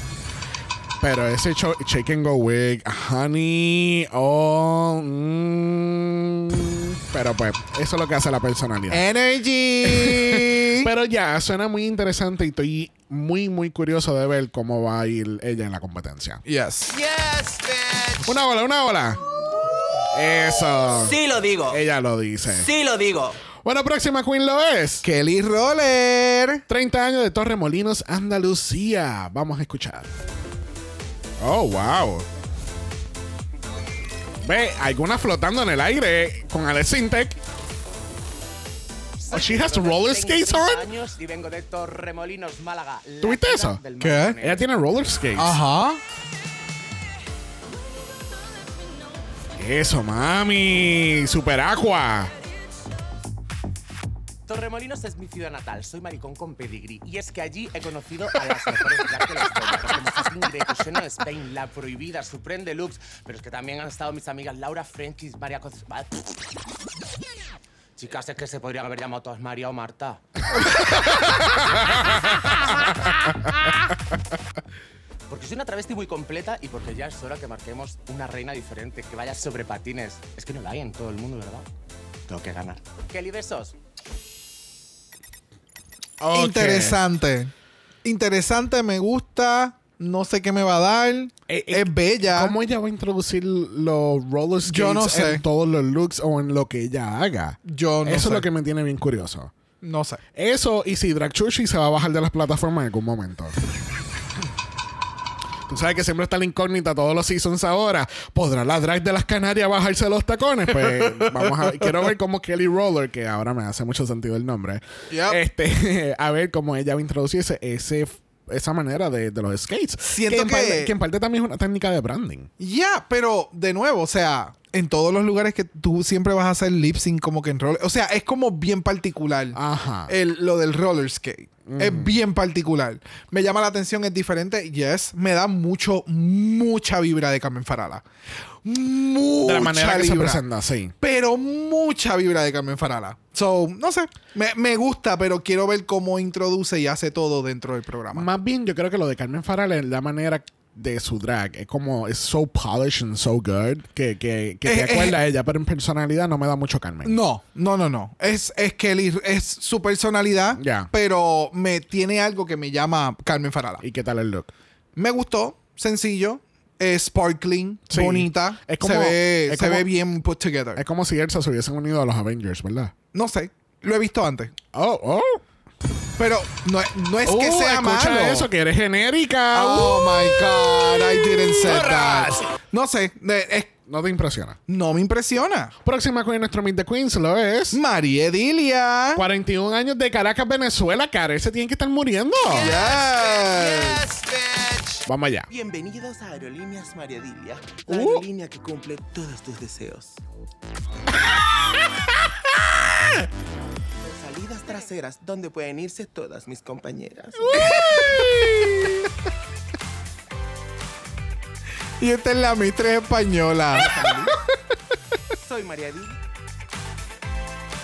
Speaker 2: Pero ese cho- shake and go wig, honey, oh, mm, pero pues eso es lo que hace la personalidad.
Speaker 1: Eh. Energy.
Speaker 2: Pero ya, suena muy interesante y estoy muy, muy curioso de ver cómo va a ir ella en la competencia.
Speaker 1: yes.
Speaker 4: Yes, bitch.
Speaker 2: Una ola, una ola. Eso.
Speaker 3: Sí lo digo.
Speaker 2: Ella lo dice.
Speaker 3: Sí lo digo.
Speaker 2: Bueno, próxima queen lo es.
Speaker 1: Kelly Roller.
Speaker 2: 30 años de Torremolinos, Andalucía. Vamos a escuchar. Oh, wow. Ve, alguna flotando en el aire con Alex Intec. Oh, she has roller skates on.
Speaker 10: años y vengo de Torremolinos, Málaga. la
Speaker 2: ¿Tuviste
Speaker 10: ciudad
Speaker 2: eso? eh?
Speaker 10: del
Speaker 1: ¿Qué?
Speaker 10: mar
Speaker 2: Ella
Speaker 10: Negro.
Speaker 2: tiene roller skates.
Speaker 1: Ajá.
Speaker 2: Eso, mami. Super Aqua.
Speaker 10: Torremolinos es mi ciudad natal, soy maricón con pedigrí. Y es que allí he conocido a las mejores drag de la historia. Como Sassy Greco, Xena Spain, La Prohibida, Supreme Deluxe. Pero es que también han estado mis amigas Laura Frenkis, María Cos... va- Chicas, es que se podrían haber llamado todas María o Marta. Porque soy una travesti muy completa y porque ya es hora que marquemos una reina diferente, que vaya sobre patines. Es que no la hay en todo el mundo, ¿verdad? Tengo que ganar. Kelly, besos.
Speaker 2: Ok.
Speaker 1: Interesante. Interesante, me gusta. No sé qué me va a dar.
Speaker 2: Eh, eh,
Speaker 1: es bella.
Speaker 2: ¿Cómo ella va a introducir los roller skates
Speaker 1: Yo no sé.
Speaker 2: en todos los looks o en lo que ella haga?
Speaker 1: Yo no
Speaker 2: Eso
Speaker 1: sé.
Speaker 2: es lo que me tiene bien curioso.
Speaker 1: No sé.
Speaker 2: Eso y si Drag Chuchi se va a bajar de las plataformas en algún momento. Tú sabes que siempre está la incógnita todos los seasons ahora. ¿Podrá la drag de las Canarias bajarse los tacones? Pues vamos a Quiero ver cómo Kelly Roller, que ahora me hace mucho sentido el nombre,
Speaker 1: Yep.
Speaker 2: este, a ver cómo ella va a introducirse ese, esa manera de, de los skates.
Speaker 1: Siento
Speaker 2: en
Speaker 1: que-
Speaker 2: parte- que en parte también es una técnica de branding.
Speaker 1: Ya, pero de nuevo, o sea, en todos los lugares que tú siempre vas a hacer lip sync como que en roller. O sea, es como bien particular.
Speaker 2: Ajá.
Speaker 1: el- lo del roller skate.
Speaker 2: Mm.
Speaker 1: Es bien particular. Me llama la atención, es diferente. Yes, me da mucho, mucha vibra de Carmen Farala. Mucha
Speaker 2: de la manera que se
Speaker 1: vibra.
Speaker 2: presenta, sí.
Speaker 1: Pero mucha vibra de Carmen Farala. So, no sé. Me, me gusta, pero quiero ver cómo introduce y hace todo dentro del programa.
Speaker 2: Más bien, yo creo que lo de Carmen Farrell es la manera de su drag. Es como, es so polished and so good que, que, que te
Speaker 1: Eh, eh.
Speaker 2: acuerda a ella, pero en personalidad no me da mucho Carmen.
Speaker 1: No, no, no, no. Es, es Kelly, es su personalidad,
Speaker 2: Ya.
Speaker 1: pero me tiene algo que me llama Carmen Farala.
Speaker 2: ¿Y qué tal el look?
Speaker 1: Me gustó, sencillo, eh, sparkling,
Speaker 2: Sí.
Speaker 1: bonita.
Speaker 2: Es como-
Speaker 1: se ve,
Speaker 2: es
Speaker 1: se
Speaker 2: como-
Speaker 1: ve bien put together.
Speaker 2: Es como si Elsa se hubiesen unido a los Avengers, ¿verdad?
Speaker 1: No sé, lo he visto antes.
Speaker 2: Oh, oh.
Speaker 1: Pero no, es- no es que
Speaker 2: Uh,
Speaker 1: sea
Speaker 2: escucha
Speaker 1: malo.
Speaker 2: eso, que eres genérica.
Speaker 1: Oh
Speaker 2: Uh.
Speaker 1: my God, I didn't say that. No sé, de- es-
Speaker 2: No te impresiona.
Speaker 1: no me impresiona.
Speaker 2: Próxima con nuestro Meet the Queens lo es.
Speaker 1: María Edilia.
Speaker 2: 41 años de Caracas, Venezuela, Karel se tiene que estar muriendo.
Speaker 1: Yes.
Speaker 4: Yes, bitch.
Speaker 2: Vamos allá.
Speaker 10: Bienvenidos a Aerolíneas Mariadilia,
Speaker 2: Uh.
Speaker 10: la aerolínea que cumple todos tus deseos. Salidas traseras donde pueden irse todas mis compañeras.
Speaker 1: Uh. Y esta es la mistress española.
Speaker 10: Soy Mariadilia.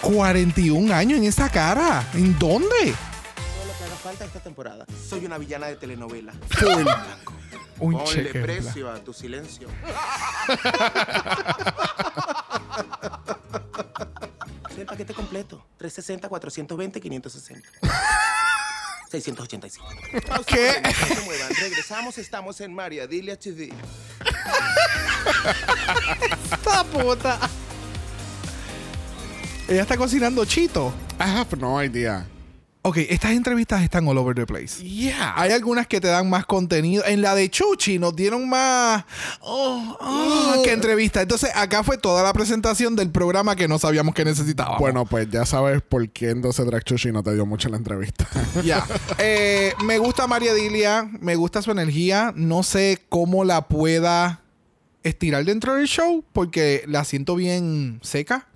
Speaker 1: 41 años en esa cara. ¿En dónde?
Speaker 10: Todo lo que haga falta esta temporada. Soy una villana de telenovela.
Speaker 1: Un
Speaker 5: Ponle
Speaker 1: cheque.
Speaker 5: precio a tu silencio.
Speaker 10: Soy el paquete completo. 360, 420, 560. 685.
Speaker 1: ¿Qué?
Speaker 11: No se muevan, regresamos, estamos en María, dile HD.
Speaker 1: Esta puta. Ella está cocinando chito.
Speaker 2: I have no idea.
Speaker 1: Ok, estas entrevistas están all over the place.
Speaker 2: Yeah.
Speaker 1: Hay algunas que te dan más contenido. En la de Chuchi nos dieron más. Oh, oh, que entrevista. Entonces, acá fue toda la presentación del programa que no sabíamos que necesitábamos.
Speaker 2: Bueno, pues ya sabes por qué entonces Drag Chuchi no te dio mucho la entrevista.
Speaker 1: Ya. Eh, me gusta María Dilia, me gusta su energía. No sé cómo la pueda estirar dentro del show porque la siento bien seca.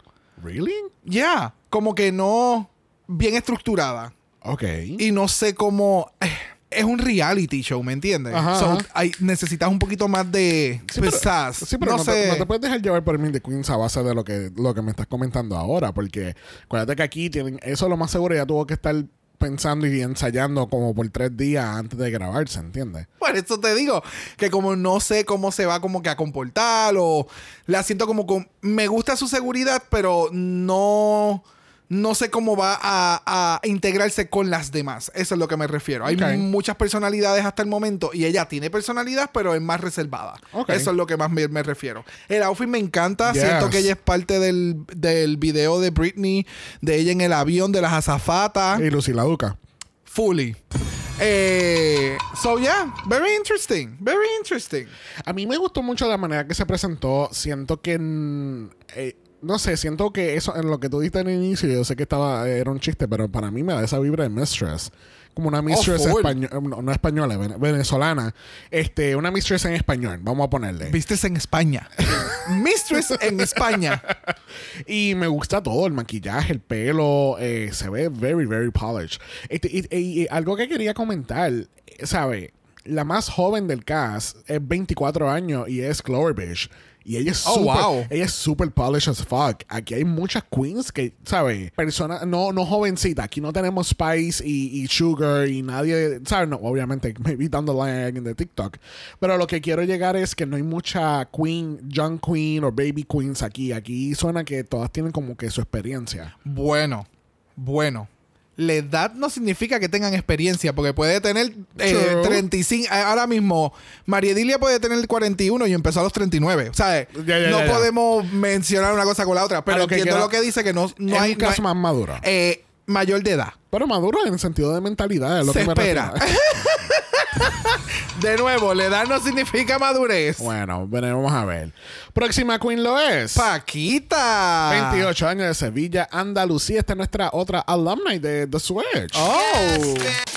Speaker 2: ¿Really?
Speaker 1: Ya, como que no bien estructurada.
Speaker 2: Ok.
Speaker 1: Y no sé cómo eh, es un reality show, ¿me entiendes?
Speaker 2: Ajá,
Speaker 1: So,
Speaker 2: ajá.
Speaker 1: hay- necesitas un poquito más de
Speaker 2: Sí, pero-
Speaker 1: pesas.
Speaker 2: Sí, pero no,
Speaker 1: no,
Speaker 2: Te,
Speaker 1: sé.
Speaker 2: no te puedes dejar llevar por mí de Queens a base de lo que, lo que me estás comentando ahora, porque acuérdate que aquí tienen, eso lo más seguro ya tuvo que estar pensando y ensayando como por tres días antes de grabarse, ¿entiendes?
Speaker 1: Por eso te digo que como no sé cómo se va como que a comportar o la siento como con... Me gusta su seguridad, pero no... No sé cómo va a, a integrarse con las demás. Eso es lo que me refiero. Hay
Speaker 2: Ok.
Speaker 1: muchas personalidades hasta el momento y ella tiene personalidad, pero es más reservada.
Speaker 2: Ok.
Speaker 1: Eso es lo que más me, me refiero. El outfit me encanta.
Speaker 2: Yes.
Speaker 1: Siento que ella es parte del, del video de Britney, de ella en el avión, de las azafatas.
Speaker 2: Y Lucy la Duca.
Speaker 1: Fully. Eh, so yeah, very interesting, very interesting.
Speaker 2: A mí me gustó mucho la manera que se presentó. Siento que. mm, eh, no sé, siento que eso, en lo que tú diste en el inicio, yo sé que estaba eh, era un chiste, pero para mí me da esa vibra de mistress. Como una mistress
Speaker 1: Oh, full.
Speaker 2: española, no, no española, vene- venezolana. Este, una mistress en español, vamos a ponerle.
Speaker 1: Mistress en España. Mistress en España.
Speaker 2: Y me gusta todo, el maquillaje, el pelo, eh, se ve very, very polished. Este, y, y- y algo que quería comentar, eh, ¿sabe? La más joven del cast es 24 años y es Clover Beach. Y ella es
Speaker 1: Oh,
Speaker 2: super,
Speaker 1: wow.
Speaker 2: ella es super polished as fuck. Aquí hay muchas queens que, ¿sabes? Personas, no, no jovencita. Aquí no tenemos Spice y, y Sugar y nadie, ¿sabes? No, obviamente, maybe down the line alguien de TikTok. Pero lo que quiero llegar es que no hay mucha queen, young queen o baby queens aquí. Aquí suena que todas tienen como que su experiencia.
Speaker 1: Bueno, bueno. La edad no significa que tengan experiencia, porque puede tener eh,
Speaker 2: True.
Speaker 1: 35. eh, Ahora mismo, María Edilia puede tener 41 y empezó a los 39. O sea, eh,
Speaker 2: Ya, ya,
Speaker 1: no
Speaker 2: ya, ya.
Speaker 1: podemos mencionar una cosa con la otra, pero
Speaker 2: A lo que
Speaker 1: entiendo
Speaker 2: queda-
Speaker 1: lo que dice que no, no
Speaker 2: es
Speaker 1: hay.
Speaker 2: un caso
Speaker 1: no hay-
Speaker 2: más maduro.
Speaker 1: eh, mayor de edad.
Speaker 2: Pero maduro en el sentido de mentalidad. Es lo
Speaker 1: Se
Speaker 2: que me
Speaker 1: espera.
Speaker 2: refiero.
Speaker 1: De nuevo, la edad no significa madurez.
Speaker 2: Bueno, bueno, vamos a ver. Próxima queen lo es.
Speaker 1: Paquita.
Speaker 2: 28 años de Sevilla, Andalucía. Esta es nuestra otra alumni de The Switch.
Speaker 1: Oh.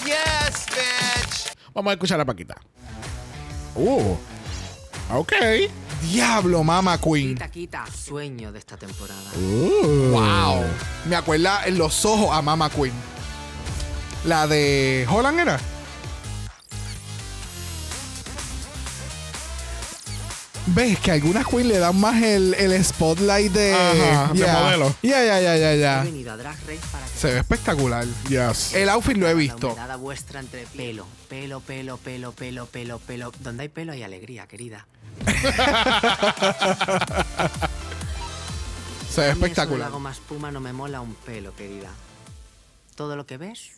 Speaker 4: Yes, bitch.
Speaker 2: Vamos a escuchar a Paquita. Uh.
Speaker 1: Oh.
Speaker 2: Ok.
Speaker 1: Diablo, Mama Queen.
Speaker 3: Quita, quita. Sueño de esta temporada.
Speaker 2: Uh.
Speaker 1: Wow. Me acuerda en los ojos a Mama Queen. La de Holland era. ¿Ves que a algunas Queen le dan más el, el spotlight de,
Speaker 2: Ajá, de modelo.
Speaker 1: Ya, ya, ya, ya,
Speaker 3: He
Speaker 1: ya.
Speaker 3: venido a Drag Race para que
Speaker 1: Se ve espectacular.
Speaker 2: Yes.
Speaker 1: El outfit lo he
Speaker 3: la
Speaker 1: visto.
Speaker 3: humedad a vuestra entre pelo, pelo, pelo, pelo, pelo, pelo, pelo. Donde hay pelo hay alegría, querida.
Speaker 1: Se ve
Speaker 3: A mí Eso
Speaker 1: espectacular.
Speaker 3: hago más puma no me mola un pelo, querida. Todo lo que ves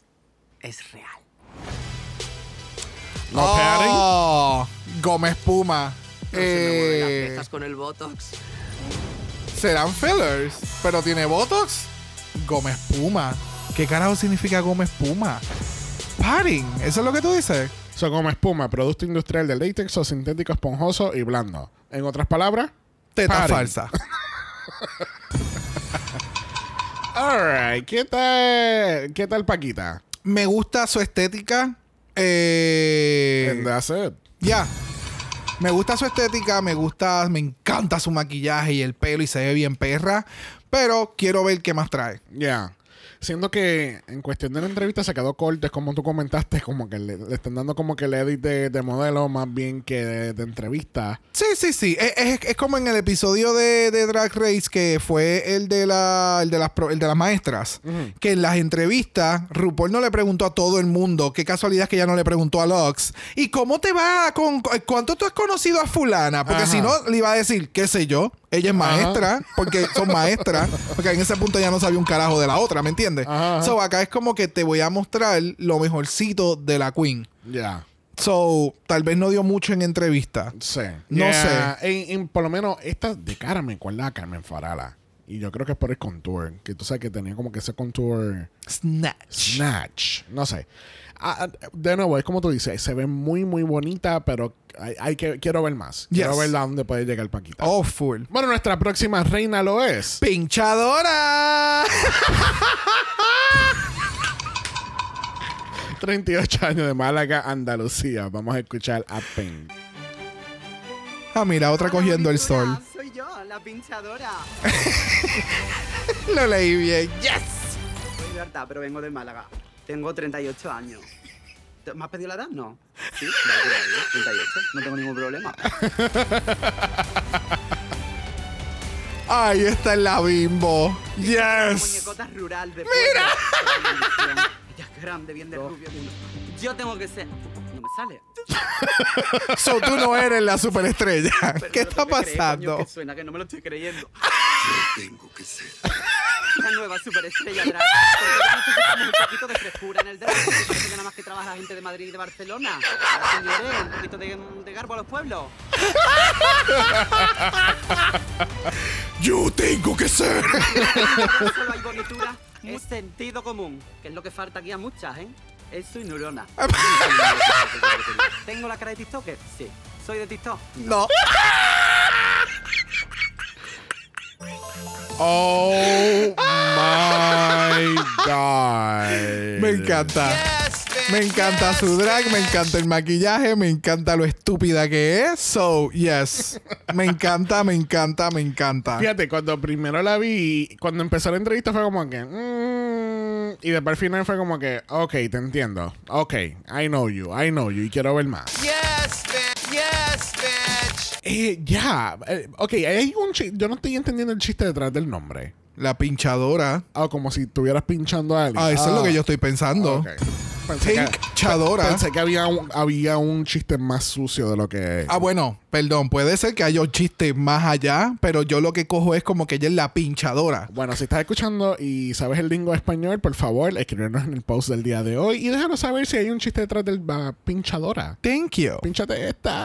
Speaker 3: es real.
Speaker 2: No padding.
Speaker 1: Oh, Gómez Puma.
Speaker 3: No se me mueven las
Speaker 1: Eh,
Speaker 3: cejas con el botox.
Speaker 1: Serán fillers, pero tiene Botox. Gómez Puma. ¿Qué carajo significa Gómez Puma? Padding, eso es lo que tú dices.
Speaker 2: Son como espuma, producto industrial de látex o sintético esponjoso y blando. En otras palabras,
Speaker 1: Teta
Speaker 2: padding.
Speaker 1: falsa.
Speaker 2: Alright, ¿qué tal? ¿Qué tal Paquita?
Speaker 1: Me gusta su estética. Eh,
Speaker 2: And that's it.
Speaker 1: ya. Me gusta su estética, me gusta, me encanta su maquillaje y el pelo y se ve bien perra. Pero quiero ver qué más trae.
Speaker 2: Yeah. Siento que en cuestión de la entrevista se quedó corto, es como tú comentaste, como que le, le están dando como que el edit de, de modelo más bien que de, de entrevista.
Speaker 1: Sí, sí, sí. Es, es- es como en el episodio de, de Drag Race que fue el de, la, el de, las, pro- el de las maestras. Que en las entrevistas, RuPaul no le preguntó a todo el mundo. Qué casualidad que ya no le preguntó a Lux. ¿Y cómo te va? Con, cu- ¿Cuánto tú has conocido a Fulana? Porque
Speaker 2: Ajá.
Speaker 1: si no, le iba a decir, qué sé yo. Ella es maestra, porque son maestras. Porque en ese punto ya no sabía un carajo de la otra, ¿me ¿me entiendes?
Speaker 2: Ajá, ajá.
Speaker 1: So acá es como que te voy a mostrar lo mejorcito de la Queen.
Speaker 2: Ya.
Speaker 1: So, tal vez no dio mucho en entrevista.
Speaker 2: Sí.
Speaker 1: No
Speaker 2: Yeah. En- en- por lo menos esta de Carmen, me acuerda a Carmen Farala. Y yo creo que es por el contour. Que tú sabes que tenía como que ese contour.
Speaker 1: Snatch.
Speaker 2: Snatch. No sé. Ah, ah, de nuevo, es como tú dices, se ve muy, muy bonita, pero hay, hay que, quiero ver más. Quiero
Speaker 1: Yes.
Speaker 2: ver a dónde puede llegar Paquita.
Speaker 1: Oh, full.
Speaker 2: Bueno, nuestra próxima reina lo es.
Speaker 1: ¡Pinchadora!
Speaker 2: 38 años de Málaga, Andalucía. Vamos a escuchar a Pink.
Speaker 1: Ah, mira, otra cogiendo el sol.
Speaker 12: Soy yo, la pinchadora.
Speaker 1: Lo leí bien. ¡Yes!
Speaker 12: Soy Berta, pero vengo de Málaga. Tengo 38 años. ¿Te- ¿Me has pedido la edad? No. Sí, la edad, ¿no? 38. No tengo ningún problema.
Speaker 1: Ahí está en la bimbo. ¡Yes!
Speaker 12: Muñecota rural de ¡Mira! Ya es grande, bien de rubio. Yo tengo que ser... No me sale.
Speaker 1: So, tú no eres la superestrella.
Speaker 12: Pero
Speaker 1: ¿Qué
Speaker 12: no
Speaker 1: está
Speaker 12: te crees, coño,
Speaker 1: pasando?
Speaker 12: que suena que no me lo estoy creyendo. Yo tengo que ser. La nueva superestrella drag. Porque ya necesitamos un poquito de frescura en el drag. porque parece que nada más que trabaja gente de Madrid y de Barcelona. Ahora, Señores, un poquito de, de garbo a los pueblos.
Speaker 1: Yo tengo que ser.
Speaker 12: No solo hay bonitura, es sentido común, que es lo que falta aquí a muchas, ¿eh? Eso y neurona. ¿Tengo la cara de TikToker? Sí. ¿Soy de TikTok?
Speaker 1: No.
Speaker 2: Oh my God.
Speaker 1: Me encanta. Me encanta su drag, me encanta el maquillaje, me encanta lo estúpida que es. So, yes. Me encanta, me encanta, me encanta.
Speaker 2: Fíjate, cuando primero la vi, cuando empezó la entrevista fue como que. mm, y después al final fue como que, ok, te entiendo. Ok, I know you, I know you, y quiero ver más.
Speaker 4: Yes, bitch. Yes, bitch.
Speaker 2: Eh, ya. eh, ok, hay un chi- Yo no estoy entendiendo el chiste detrás del nombre.
Speaker 1: La pinchadora.
Speaker 2: Ah, como si estuvieras pinchando a alguien.
Speaker 1: Ah, eso es lo que yo
Speaker 2: Ah,
Speaker 1: estoy pensando.
Speaker 2: ok. Pensé que-
Speaker 1: Pinchadora.
Speaker 2: Pensé que había un, había un chiste más sucio de lo que.
Speaker 1: Ah, bueno, perdón, puede ser que haya un chiste más allá, pero yo lo que cojo es como que ella es la pinchadora.
Speaker 2: Bueno, si estás escuchando y sabes el lingo español, por favor, escríbenos en el post del día de hoy y déjanos saber si hay un chiste detrás del ah, pinchadora.
Speaker 1: Thank you.
Speaker 2: Pinchate esta.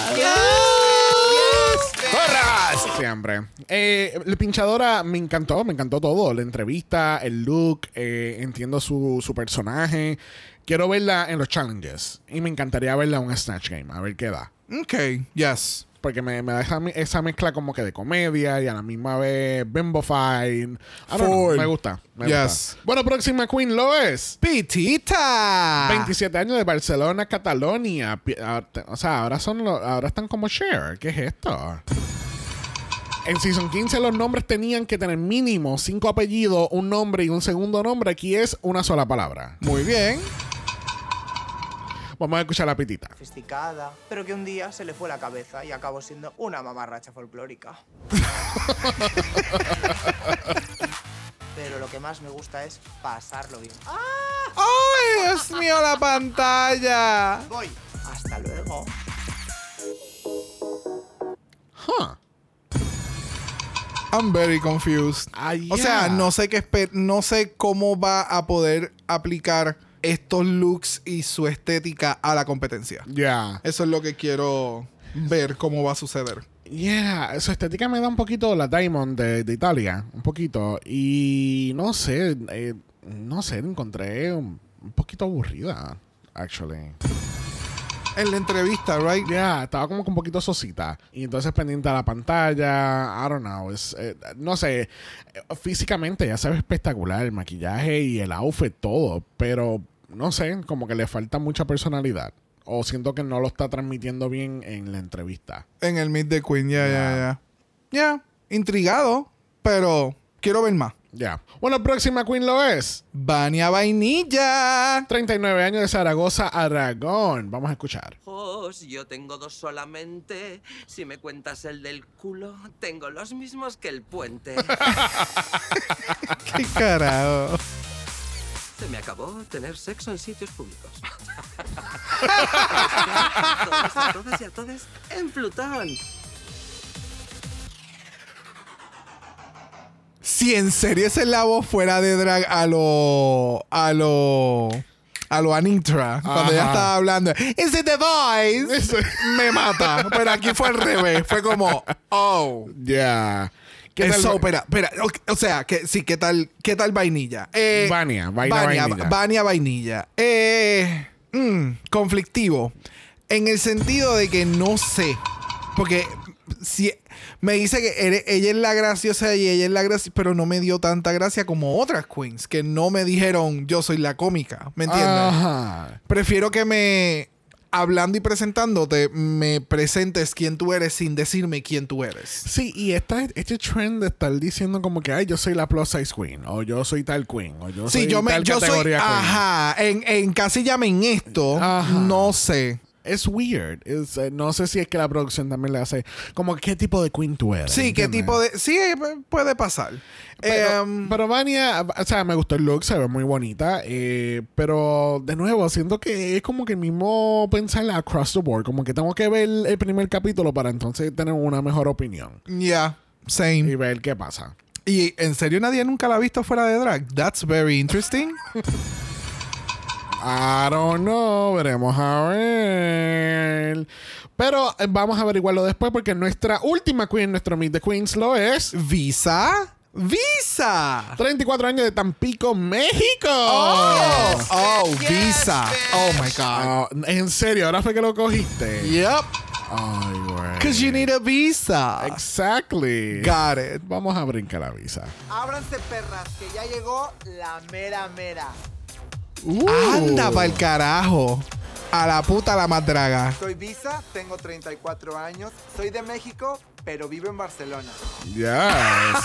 Speaker 4: ¡Corras!
Speaker 2: Siempre. Eh, la pinchadora me encantó, me encantó todo. La entrevista, el look, eh, entiendo su, su personaje. Quiero verla en los challenges y me encantaría verla en un Snatch Game, a ver qué da.
Speaker 1: Ok, yes.
Speaker 2: Porque me, me da esa, mi- esa mezcla como que de comedia y a la misma vez Bimbo Fine. I don't know,
Speaker 1: Full.
Speaker 2: me gusta. me
Speaker 1: Yes.
Speaker 2: gusta. Bueno, próxima Queen lo es. Ah.
Speaker 1: Pitita.
Speaker 2: 27 años de Barcelona, Catalonia. Pi- ah, te- O sea, ahora son lo- ahora están como share. ¿Qué es esto? En Season 15 los nombres tenían que tener mínimo cinco apellidos, un nombre y un segundo nombre. Aquí es una sola palabra.
Speaker 1: Muy bien.
Speaker 2: Vamos a escuchar la pitita.
Speaker 13: sofisticada, pero que un día se le fue la cabeza y acabó siendo una mamarracha folclórica. pero lo que más me gusta es pasarlo bien.
Speaker 1: ¡Ay, Dios mío, la pantalla!
Speaker 13: Voy. Hasta luego.
Speaker 2: Huh.
Speaker 1: I'm very confused.
Speaker 2: Ah,
Speaker 1: O sea, no sé qué espe- no sé cómo va a poder aplicar estos looks y su estética a la competencia.
Speaker 2: Ya.
Speaker 1: Eso es lo que quiero ver cómo va a suceder.
Speaker 2: Yeah, su estética me da un poquito la Diamond de, de Italia, un poquito. Y no sé, eh, no sé, la encontré un, un poquito aburrida, actually.
Speaker 1: En la entrevista, right?
Speaker 2: Yeah, estaba como que un poquito sosita. Y entonces pendiente a la pantalla, I don't know, es, eh, no sé, eh, físicamente ya se ve espectacular el maquillaje y el outfit, todo, pero no sé, como que le falta mucha personalidad. O siento que no lo está transmitiendo bien en la entrevista.
Speaker 1: En el Meet the Queen, ya, ya, ya. Ya, intrigado, pero quiero ver más.
Speaker 2: Ya. Bueno, próxima Queen lo es.
Speaker 1: Vania Vainilla.
Speaker 2: 39 años de Zaragoza, Aragón. Vamos a escuchar.
Speaker 14: Ojos, yo tengo dos solamente. Si me cuentas el del culo, tengo los mismos que el puente.
Speaker 1: ¡Qué carajo!
Speaker 14: Se me acabó tener sexo en sitios públicos. a todas y a todas en Plutón.
Speaker 1: Si en serio esa es la voz fuera de drag a lo. a lo. a lo Anitra, cuando ella estaba hablando, Is it the voice? me mata. Pero aquí fue al revés. Fue como, oh.
Speaker 2: Ya. ¿Qué tal
Speaker 1: Eso,
Speaker 2: va-
Speaker 1: espera, espera. O, o sea, que, sí, ¿qué tal, qué tal vainilla? Eh,
Speaker 2: Vania, vaina vainilla.
Speaker 1: Vania vainilla. Eh, mm, conflictivo. En el sentido de que no sé. Porque si me dice que eres- ella es la graciosa y ella es la graciosa, pero no me dio tanta gracia como otras queens que no me dijeron yo soy la cómica. ¿Me entiendes?
Speaker 2: Ah. Ajá.
Speaker 1: Prefiero que me. Hablando y presentándote, me presentes quién tú eres sin decirme quién tú eres.
Speaker 2: Sí, y esta, este trend de estar diciendo como que, ay, yo soy la plus size queen, o yo soy tal queen, o yo
Speaker 1: sí,
Speaker 2: soy
Speaker 1: yo me
Speaker 2: tal
Speaker 1: yo soy
Speaker 2: categoría queen.
Speaker 1: ajá, en en casi llamen esto, no sé.
Speaker 2: Es weird. Es, eh, no sé si es que la producción también le hace como qué tipo de queen tú eres.
Speaker 1: Sí, qué
Speaker 2: ¿entiendes?
Speaker 1: tipo de sí eh, puede pasar.
Speaker 2: Pero,
Speaker 1: Em,
Speaker 2: pero Vania, o sea, me gustó el look, se ve muy bonita. eh, pero de nuevo, siento que es como que el mismo pensar across the board. Como que tengo que ver el primer capítulo para entonces tener una mejor opinión.
Speaker 1: Ya, same.
Speaker 2: Y ver qué pasa.
Speaker 1: Y en serio nadie nunca la ha visto fuera de drag. That's very interesting.
Speaker 2: I don't know, veremos a ver. Pero eh, vamos a averiguarlo después porque nuestra última queen, nuestro Meet the Queens, lo es.
Speaker 1: Visa. Visa.
Speaker 2: 34 años de Tampico, México.
Speaker 1: Oh, oh, Visa. Oh my god.
Speaker 2: Ah, en serio, ahora fue que lo cogiste.
Speaker 1: Yep.
Speaker 2: Ay, güey.
Speaker 1: Cuz you need a visa.
Speaker 2: Exactly.
Speaker 1: Got it.
Speaker 2: Vamos a brincar la visa.
Speaker 13: Ábranse, perras, que ya llegó la mera mera.
Speaker 1: Anda pa'l carajo. A la puta la más draga.
Speaker 13: Soy Visa, tengo 34 años, soy de México, pero vivo en Barcelona.
Speaker 2: Yes.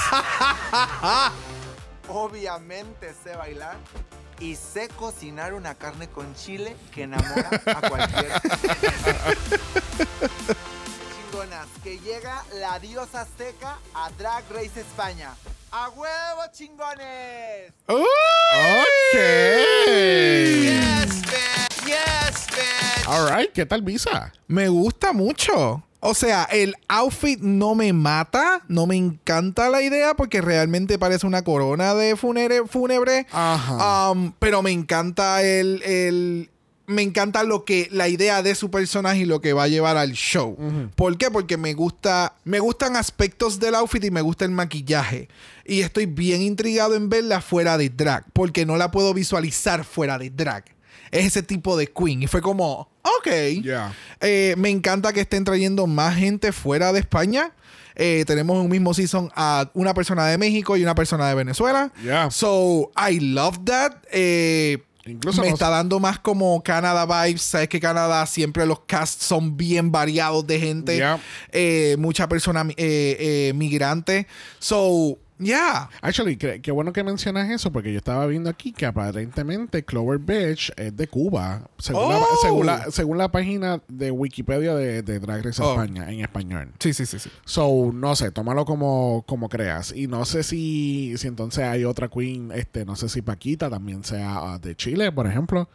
Speaker 13: Obviamente sé bailar y sé cocinar una carne con chile que enamora a cualquiera. Chingonas, que llega la diosa seca a Drag Race España. ¡A huevo, chingones!
Speaker 2: ok.
Speaker 13: ¡Yes, bitch!
Speaker 2: All right, ¿qué tal visa?
Speaker 1: Me gusta mucho. O sea, el outfit no me mata, no me encanta la idea porque realmente parece una corona de funere- fúnebre.
Speaker 2: Ah,
Speaker 1: Um, pero me encanta el, el- Me encanta lo que. la idea de su personaje y lo que va a llevar al show. ¿Por qué? Porque me gusta. Me gustan aspectos del outfit y me gusta el maquillaje. Y estoy bien intrigado en verla fuera de drag. Porque no la puedo visualizar fuera de drag. Es ese tipo de queen. Y fue como. Ok.
Speaker 2: Yeah.
Speaker 1: Eh, me encanta que estén trayendo más gente fuera de España. Eh, tenemos en un mismo season a una persona de México y una persona de Venezuela.
Speaker 2: Yeah.
Speaker 1: So, I love that. Eh,
Speaker 2: Incluso
Speaker 1: me
Speaker 2: nos-
Speaker 1: está dando más como Canadá vibes. Sabes que Canadá siempre los casts son bien variados de gente.
Speaker 2: Yeah.
Speaker 1: Eh, mucha persona eh, eh, migrante. So, yeah.
Speaker 2: Actually, qué, qué bueno que mencionas eso porque yo estaba viendo aquí que aparentemente Clover Beach es de Cuba, según, la,
Speaker 1: Oh.
Speaker 2: según, la, según la página de Wikipedia de, de Drag Race
Speaker 1: Oh.
Speaker 2: España en español.
Speaker 1: Sí, sí, sí, sí.
Speaker 2: So, no sé, tómalo como, como creas. Y no sé si, si entonces hay otra queen, este, no sé si Paquita también sea ah, de Chile, por ejemplo.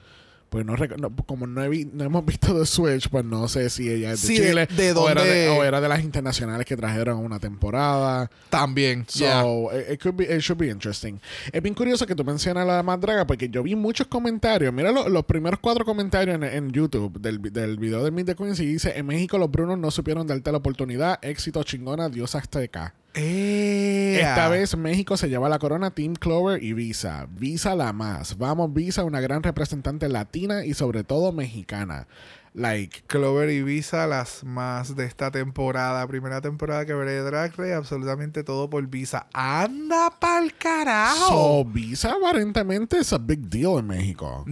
Speaker 2: Pues no, rec- no- como no, he vi- no hemos visto The Switch, pues no sé si ella es de
Speaker 1: Sí, de-
Speaker 2: Chile
Speaker 1: de
Speaker 2: o, era
Speaker 1: dónde-
Speaker 2: de, o era de las internacionales que trajeron una temporada.
Speaker 1: También.
Speaker 2: So, eh,
Speaker 1: yeah.
Speaker 2: it, it could be, it should be interesting. Es bien curioso que tú mencionas la más draga porque yo vi muchos comentarios. Mira lo- los primeros cuatro comentarios en, en YouTube del, vi- del video de Meet the Queens y dice, en México los Brunos no supieron darte la oportunidad. Éxito chingona, Dios azteca.
Speaker 1: Eh,
Speaker 2: Esta vez México se lleva la corona Team Clover y Visa. Visa la más. Vamos Visa, una gran representante latina y sobre todo mexicana. Like,
Speaker 1: Clover y Visa, las más de esta temporada. Primera temporada que veré de Drag Race, absolutamente todo por Visa. ¡Anda pa'l carajo!
Speaker 2: so Visa aparentemente es a big deal en México.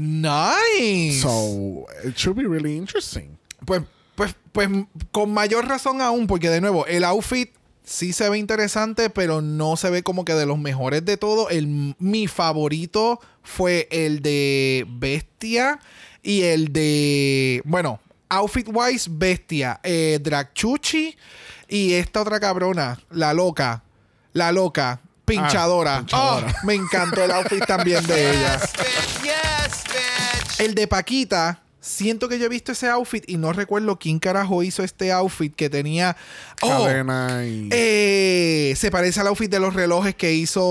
Speaker 1: ¡Nice!
Speaker 2: So, it should be really interesting.
Speaker 1: Pues, pues, pues con mayor razón aún, porque de nuevo, el outfit sí se ve interesante, pero no se ve como que de los mejores de todo. El, mi favorito fue el de Bestia y el de. Bueno, outfit wise, Bestia, eh, Dragchuchi y esta otra cabrona, la loca. La loca. Pinchadora.
Speaker 2: pinchadora.
Speaker 1: Oh, me encantó el outfit también de ella.
Speaker 4: Yes, bitch.
Speaker 1: El de Paquita Siento que yo he visto ese outfit y no recuerdo quién carajo hizo este outfit que tenía. ¡Oh!
Speaker 2: Cadena y-
Speaker 1: Eh, se parece al outfit de los relojes que hizo.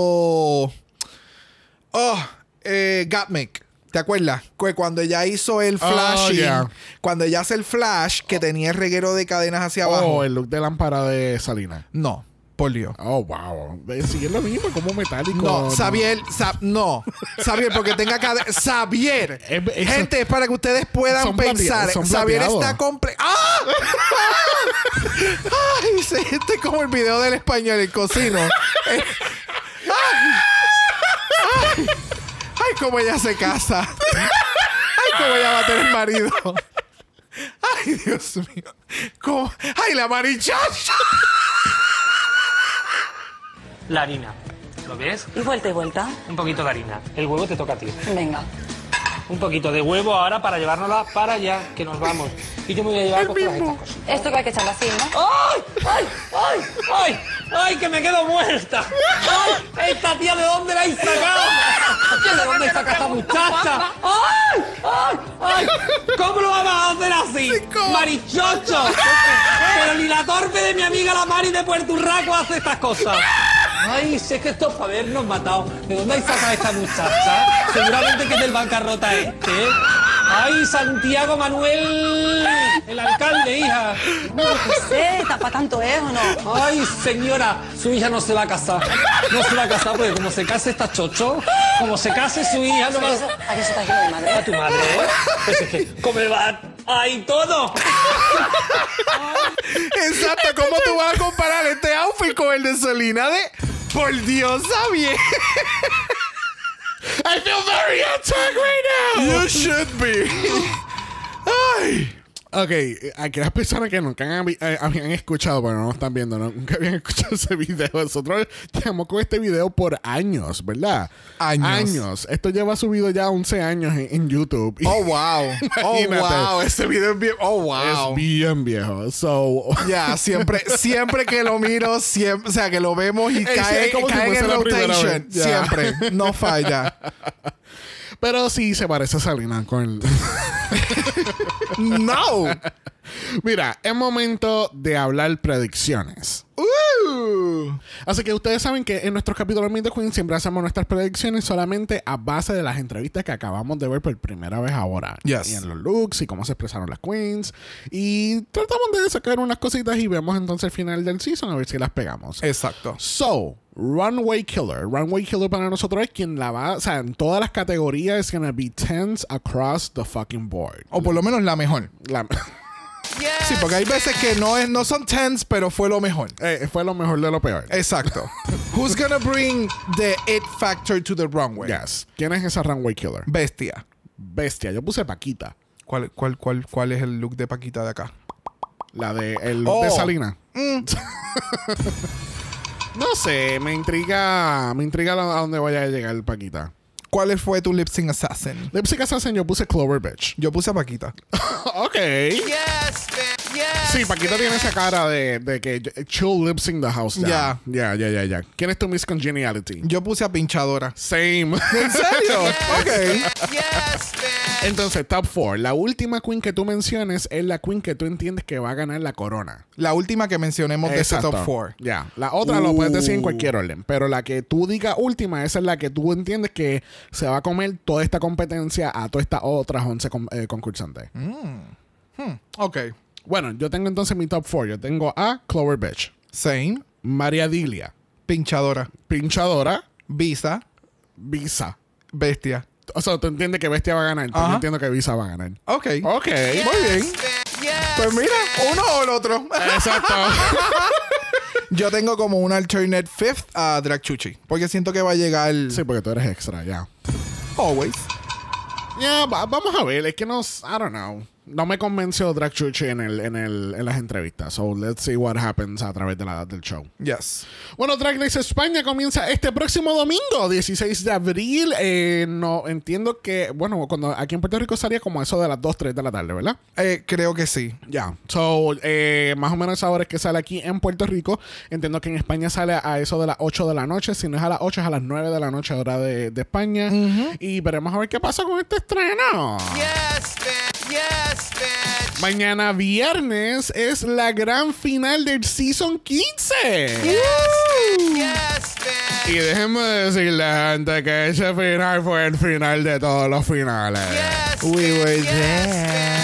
Speaker 1: Oh, eh, Gatmec. ¿Te acuerdas? Que Cuando ella hizo el
Speaker 2: Oh,
Speaker 1: flashing.
Speaker 2: yeah.
Speaker 1: Cuando ella hace el flash, que tenía el reguero de cadenas hacia abajo.
Speaker 2: Oh, el look de lámpara de Salina.
Speaker 1: No, por Dios.
Speaker 2: Oh, wow. Eh, Sí, es lo mismo, como metálico.
Speaker 1: No, Xavier, Sa- no, Xavier, porque tenga cadena. Xavier,
Speaker 2: es-
Speaker 1: gente, es para que ustedes puedan
Speaker 2: Son platea-
Speaker 1: pensar.
Speaker 2: son
Speaker 1: Xavier
Speaker 2: plateados.
Speaker 1: está comple. ¡Ah! ¡Ay! se- Este es como el video del español, el cocino. Eh, ¡Ay! ¡Ay! ¡Ay, cómo ella se casa! ¡Ay, cómo ella va a tener marido! ¡Ay, Dios mío! ¿Cómo? ¡Ay, la marichacha!
Speaker 15: La harina. ¿Lo ves? Y vuelta y vuelta. Un poquito de harina. El huevo te toca a ti.
Speaker 16: Venga.
Speaker 15: Un poquito de huevo ahora para llevárnosla para allá, que nos vamos. Y yo me voy a llevar a coger las estas cosas.
Speaker 16: Esto que hay que echarlo así, ¿no?
Speaker 15: ¡Ay! ¡Ay! ¡Ay! ¡Ay! ¡Ay! ¡Que me quedo muerta! ¡Ay! ¡Esta tía de dónde la habéis sacado! ¿De dónde saca esta muchacha? ¡Ay! ¡Ay! ¡Ay! ¿Cómo lo vamos a hacer así? ¡Marichocho! Pero ni la torpe de mi amiga la Mari de Puerto Urraco hace estas cosas. Ay, si es que esto es para habernos matado. ¿De dónde hay sacado esta muchacha? Seguramente que es del bancarrota este. ¿eh? ¡Ay, Santiago Manuel! El alcalde, hija.
Speaker 16: No sé, tapa tanto es o no.
Speaker 15: Ay, señora, su hija no se va a casar. No se va a casar porque como se case esta chocho, como se case su hija no va
Speaker 16: Eso-
Speaker 15: a...
Speaker 16: ¿A qué se trajera de madre?
Speaker 15: A tu madre, ¿eh? Pues es que, ¿cómo le va? ¡Ay, todo!
Speaker 1: Exacto,
Speaker 2: Este
Speaker 1: ¿cómo tú vas a comparar este outfit con el de Solina de Por Dios, Xavier?
Speaker 2: I feel very attacked right now.
Speaker 1: You should be.
Speaker 2: Ay. Ok, eh, aquellas personas que nunca han, habi- eh, habían escuchado, bueno, no lo están viendo, ¿no? nunca habían escuchado ese video. Nosotros llevamos con este video por años, ¿verdad?
Speaker 1: Años.
Speaker 2: Años. Esto lleva subido ya 11 años en, en YouTube.
Speaker 1: Oh, wow. Oh, wow.
Speaker 2: Este
Speaker 1: Ese video es bien. Oh, wow.
Speaker 2: Es bien viejo. So,
Speaker 1: Ya, siempre, siempre que lo miro, siempre, o sea, que lo vemos y
Speaker 2: Es-
Speaker 1: cae,
Speaker 2: es como si
Speaker 1: cae en
Speaker 2: fuese
Speaker 1: el
Speaker 2: la primera
Speaker 1: rotation.
Speaker 2: vez. Ya.
Speaker 1: Siempre. No falla.
Speaker 2: pero sí se parece a Salina con el...
Speaker 1: ¡No!
Speaker 2: Mira, es momento de hablar predicciones. Así que ustedes saben que en nuestros capítulos de Meet the Queen siempre hacemos nuestras predicciones solamente a base de las entrevistas que acabamos de ver por primera vez ahora.
Speaker 1: Yes.
Speaker 2: Y en los looks y cómo se expresaron las queens. Y tratamos de sacar unas cositas y vemos entonces el final del season a ver si las
Speaker 1: Eh.
Speaker 2: pegamos.
Speaker 1: Exacto.
Speaker 2: So, Runway Killer. Runway Killer para nosotros es quien la va, o sea, en todas las categorías es gonna be tens across the fucking board.
Speaker 1: O por lo menos la mejor.
Speaker 2: La-
Speaker 1: Sí, porque hay veces que no, es, no son tens, pero fue lo mejor.
Speaker 2: Eh, fue lo mejor de lo peor.
Speaker 1: Eh. Exacto. Who's gonna bring the it factor to the runway?
Speaker 2: Yes. ¿Quién es esa Runway Killer?
Speaker 1: Bestia.
Speaker 2: Bestia. Yo puse Paquita.
Speaker 1: ¿Cuál, cuál, cuál, ¿Cuál es el look de Paquita de acá?
Speaker 2: La de el look
Speaker 1: Oh.
Speaker 2: de Salina.
Speaker 1: Mm.
Speaker 2: No sé, me intriga, me intriga lo- a dónde vaya a llegar Paquita.
Speaker 1: ¿Cuál fue tu lip sync assassin?
Speaker 2: Lipsy Assassin yo puse Clover Bitch.
Speaker 1: Yo puse a Paquita.
Speaker 2: ok. sí, Paquita tiene esa cara de, de que chill lips in the house.
Speaker 1: Ya.
Speaker 2: Ya, ya, ya, ya, ya. ¿Quién es tu Miss Congeniality?
Speaker 1: Yo puse a Pinchadora.
Speaker 2: Same.
Speaker 1: ¿En serio? ok.
Speaker 2: Entonces, top 4. La última queen que tú menciones es la queen que tú entiendes que va a ganar la corona.
Speaker 1: La última que mencionemos de
Speaker 2: Exacto.
Speaker 1: ese top Uh. 4.
Speaker 2: Ya. La otra lo puedes decir en cualquier orden. Pero la que tú digas última, esa es la que tú entiendes que se va a comer toda esta competencia a todas estas otras 11 con- eh, concursantes.
Speaker 1: Mm. Ok.
Speaker 2: Bueno, yo tengo entonces mi top 4. Yo tengo a Clover Bitch,
Speaker 1: Same.
Speaker 2: María Dilia,
Speaker 1: Pinchadora.
Speaker 2: Pinchadora,
Speaker 1: Visa.
Speaker 2: Visa.
Speaker 1: Bestia.
Speaker 2: O sea, tú entiendes que Bestia va a ganar. Pero
Speaker 1: Ajá.
Speaker 2: yo entiendo que Visa va a ganar.
Speaker 1: Ok.
Speaker 2: Ok.
Speaker 1: Muy bien. Oh, Pues mira, uno o el otro.
Speaker 2: Exacto.
Speaker 1: Yo tengo como un alternate fifth a Dragchuchi. Porque siento que va a llegar
Speaker 2: sí, porque tú eres extra, ya.
Speaker 1: always.
Speaker 2: Ya, va- vamos a ver. Es que no. I don't know. No me convenció Drag Chuchi en, el, en, el, en las entrevistas. So let's see what happens a través de la, del show.
Speaker 1: Yes.
Speaker 2: Bueno, Drag Race España comienza este próximo domingo, 16 de abril. Eh, no entiendo que, bueno, cuando aquí en Puerto Rico salía como eso de las 2, 3 de la tarde, ¿verdad?
Speaker 1: Eh, creo que sí.
Speaker 2: Ya, so, eh, más o menos ahora es que sale aquí en Puerto Rico. Entiendo que en España sale a eso de las 8 de la noche. Si no es a las 8, es a las 9 de la noche, hora de, de España. Y veremos a ver qué pasa con este estreno.
Speaker 4: Yes, bitch.
Speaker 2: Mañana viernes es la gran final del Season 15.
Speaker 4: Yes, bitch.
Speaker 2: Y déjenme decirle, gente, que ese final fue el final de todos los finales. We were
Speaker 1: Eh,
Speaker 2: there.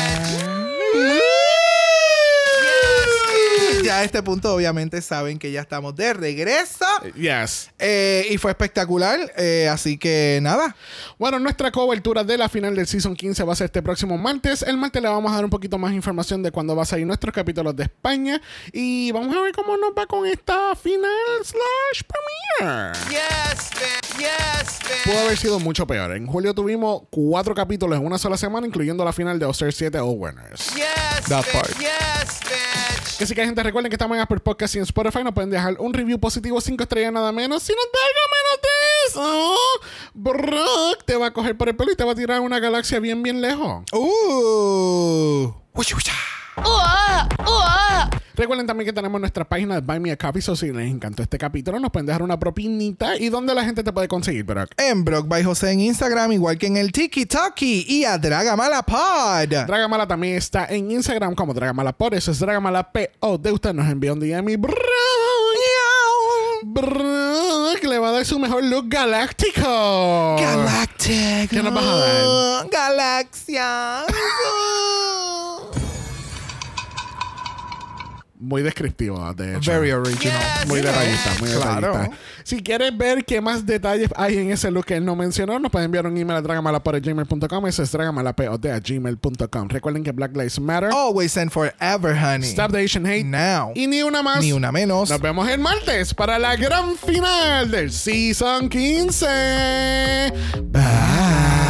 Speaker 1: Ya a este punto, obviamente, saben que ya estamos de regreso.
Speaker 2: Yes.
Speaker 1: Eh, y fue espectacular. eh, así que nada.
Speaker 2: Bueno, nuestra cobertura de la final del Season 15 va a ser este próximo martes. El martes le vamos a dar un poquito más información de cuándo va a salir nuestros capítulos de España. Y vamos a ver cómo nos va con esta final slash premiere.
Speaker 4: Yes, bitch. Yes, bitch.
Speaker 2: Pudo haber sido mucho peor. En julio tuvimos cuatro capítulos en una sola semana, incluyendo la final de Oscar 7 All Winners.
Speaker 4: Yes,
Speaker 2: That
Speaker 4: bitch.
Speaker 2: part.
Speaker 4: Yes, bitch.
Speaker 2: Así que, gente, recuerden que estamos en Apple Podcast y en Spotify. Nos pueden dejar un review positivo, 5 estrellas nada menos. Si nos deja menos de eso, Brock te va a coger por el pelo y te va a tirar a una galaxia bien, bien lejos.
Speaker 1: ¡Uh!
Speaker 2: Recuerden también que tenemos nuestra página de Buy Me a Coffee. So, si les encantó este capítulo, nos pueden dejar una propinita. ¿Y dónde la gente te puede conseguir, Brock?
Speaker 1: En Brock by José en Instagram, igual que en el Tiki Toki y a Dragamala Pod.
Speaker 2: Dragamala también está en Instagram como Dragamala por eso es Dragamala de Usted nos envió un DM y Brock, Brock le va a dar su mejor look galáctico.
Speaker 1: Galactic.
Speaker 2: ¿Qué nos vas a dar?
Speaker 1: Galaxia.
Speaker 2: Muy descriptiva, de hecho.
Speaker 1: Very original.
Speaker 2: muy detallista, muy
Speaker 1: Claro.
Speaker 2: detallista. Si quieres ver qué más detalles hay en ese look que él no mencionó, nos pueden enviar un email a dragamalapod.gmail.com. Ese es dragamalapod.gmail.com. Recuerden que Black Lives Matter.
Speaker 1: Always and forever, honey.
Speaker 2: Stop the Asian Hate.
Speaker 1: Now.
Speaker 2: Y ni una más.
Speaker 1: Ni una menos.
Speaker 2: Nos vemos el martes para la gran final del Season 15. Bye.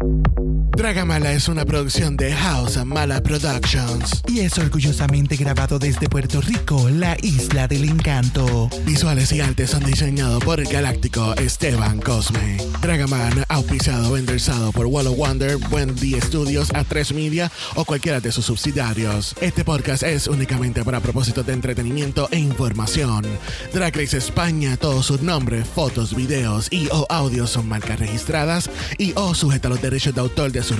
Speaker 2: Dragamala es una producción de House and Mala Productions.
Speaker 17: Y es orgullosamente grabado desde Puerto Rico, la isla del encanto.
Speaker 2: Visuales y artes son diseñados por el galáctico Esteban Cosme. Dragaman, auspiciado, endorsado por Wall of Wonder, Wendy Studios, A3 Media o cualquiera de sus subsidiarios. Este podcast es únicamente para propósitos de entretenimiento e información. Drag Race España, todos sus nombres, fotos, videos y o audios son marcas registradas y o sujetas a los derechos de autor de sus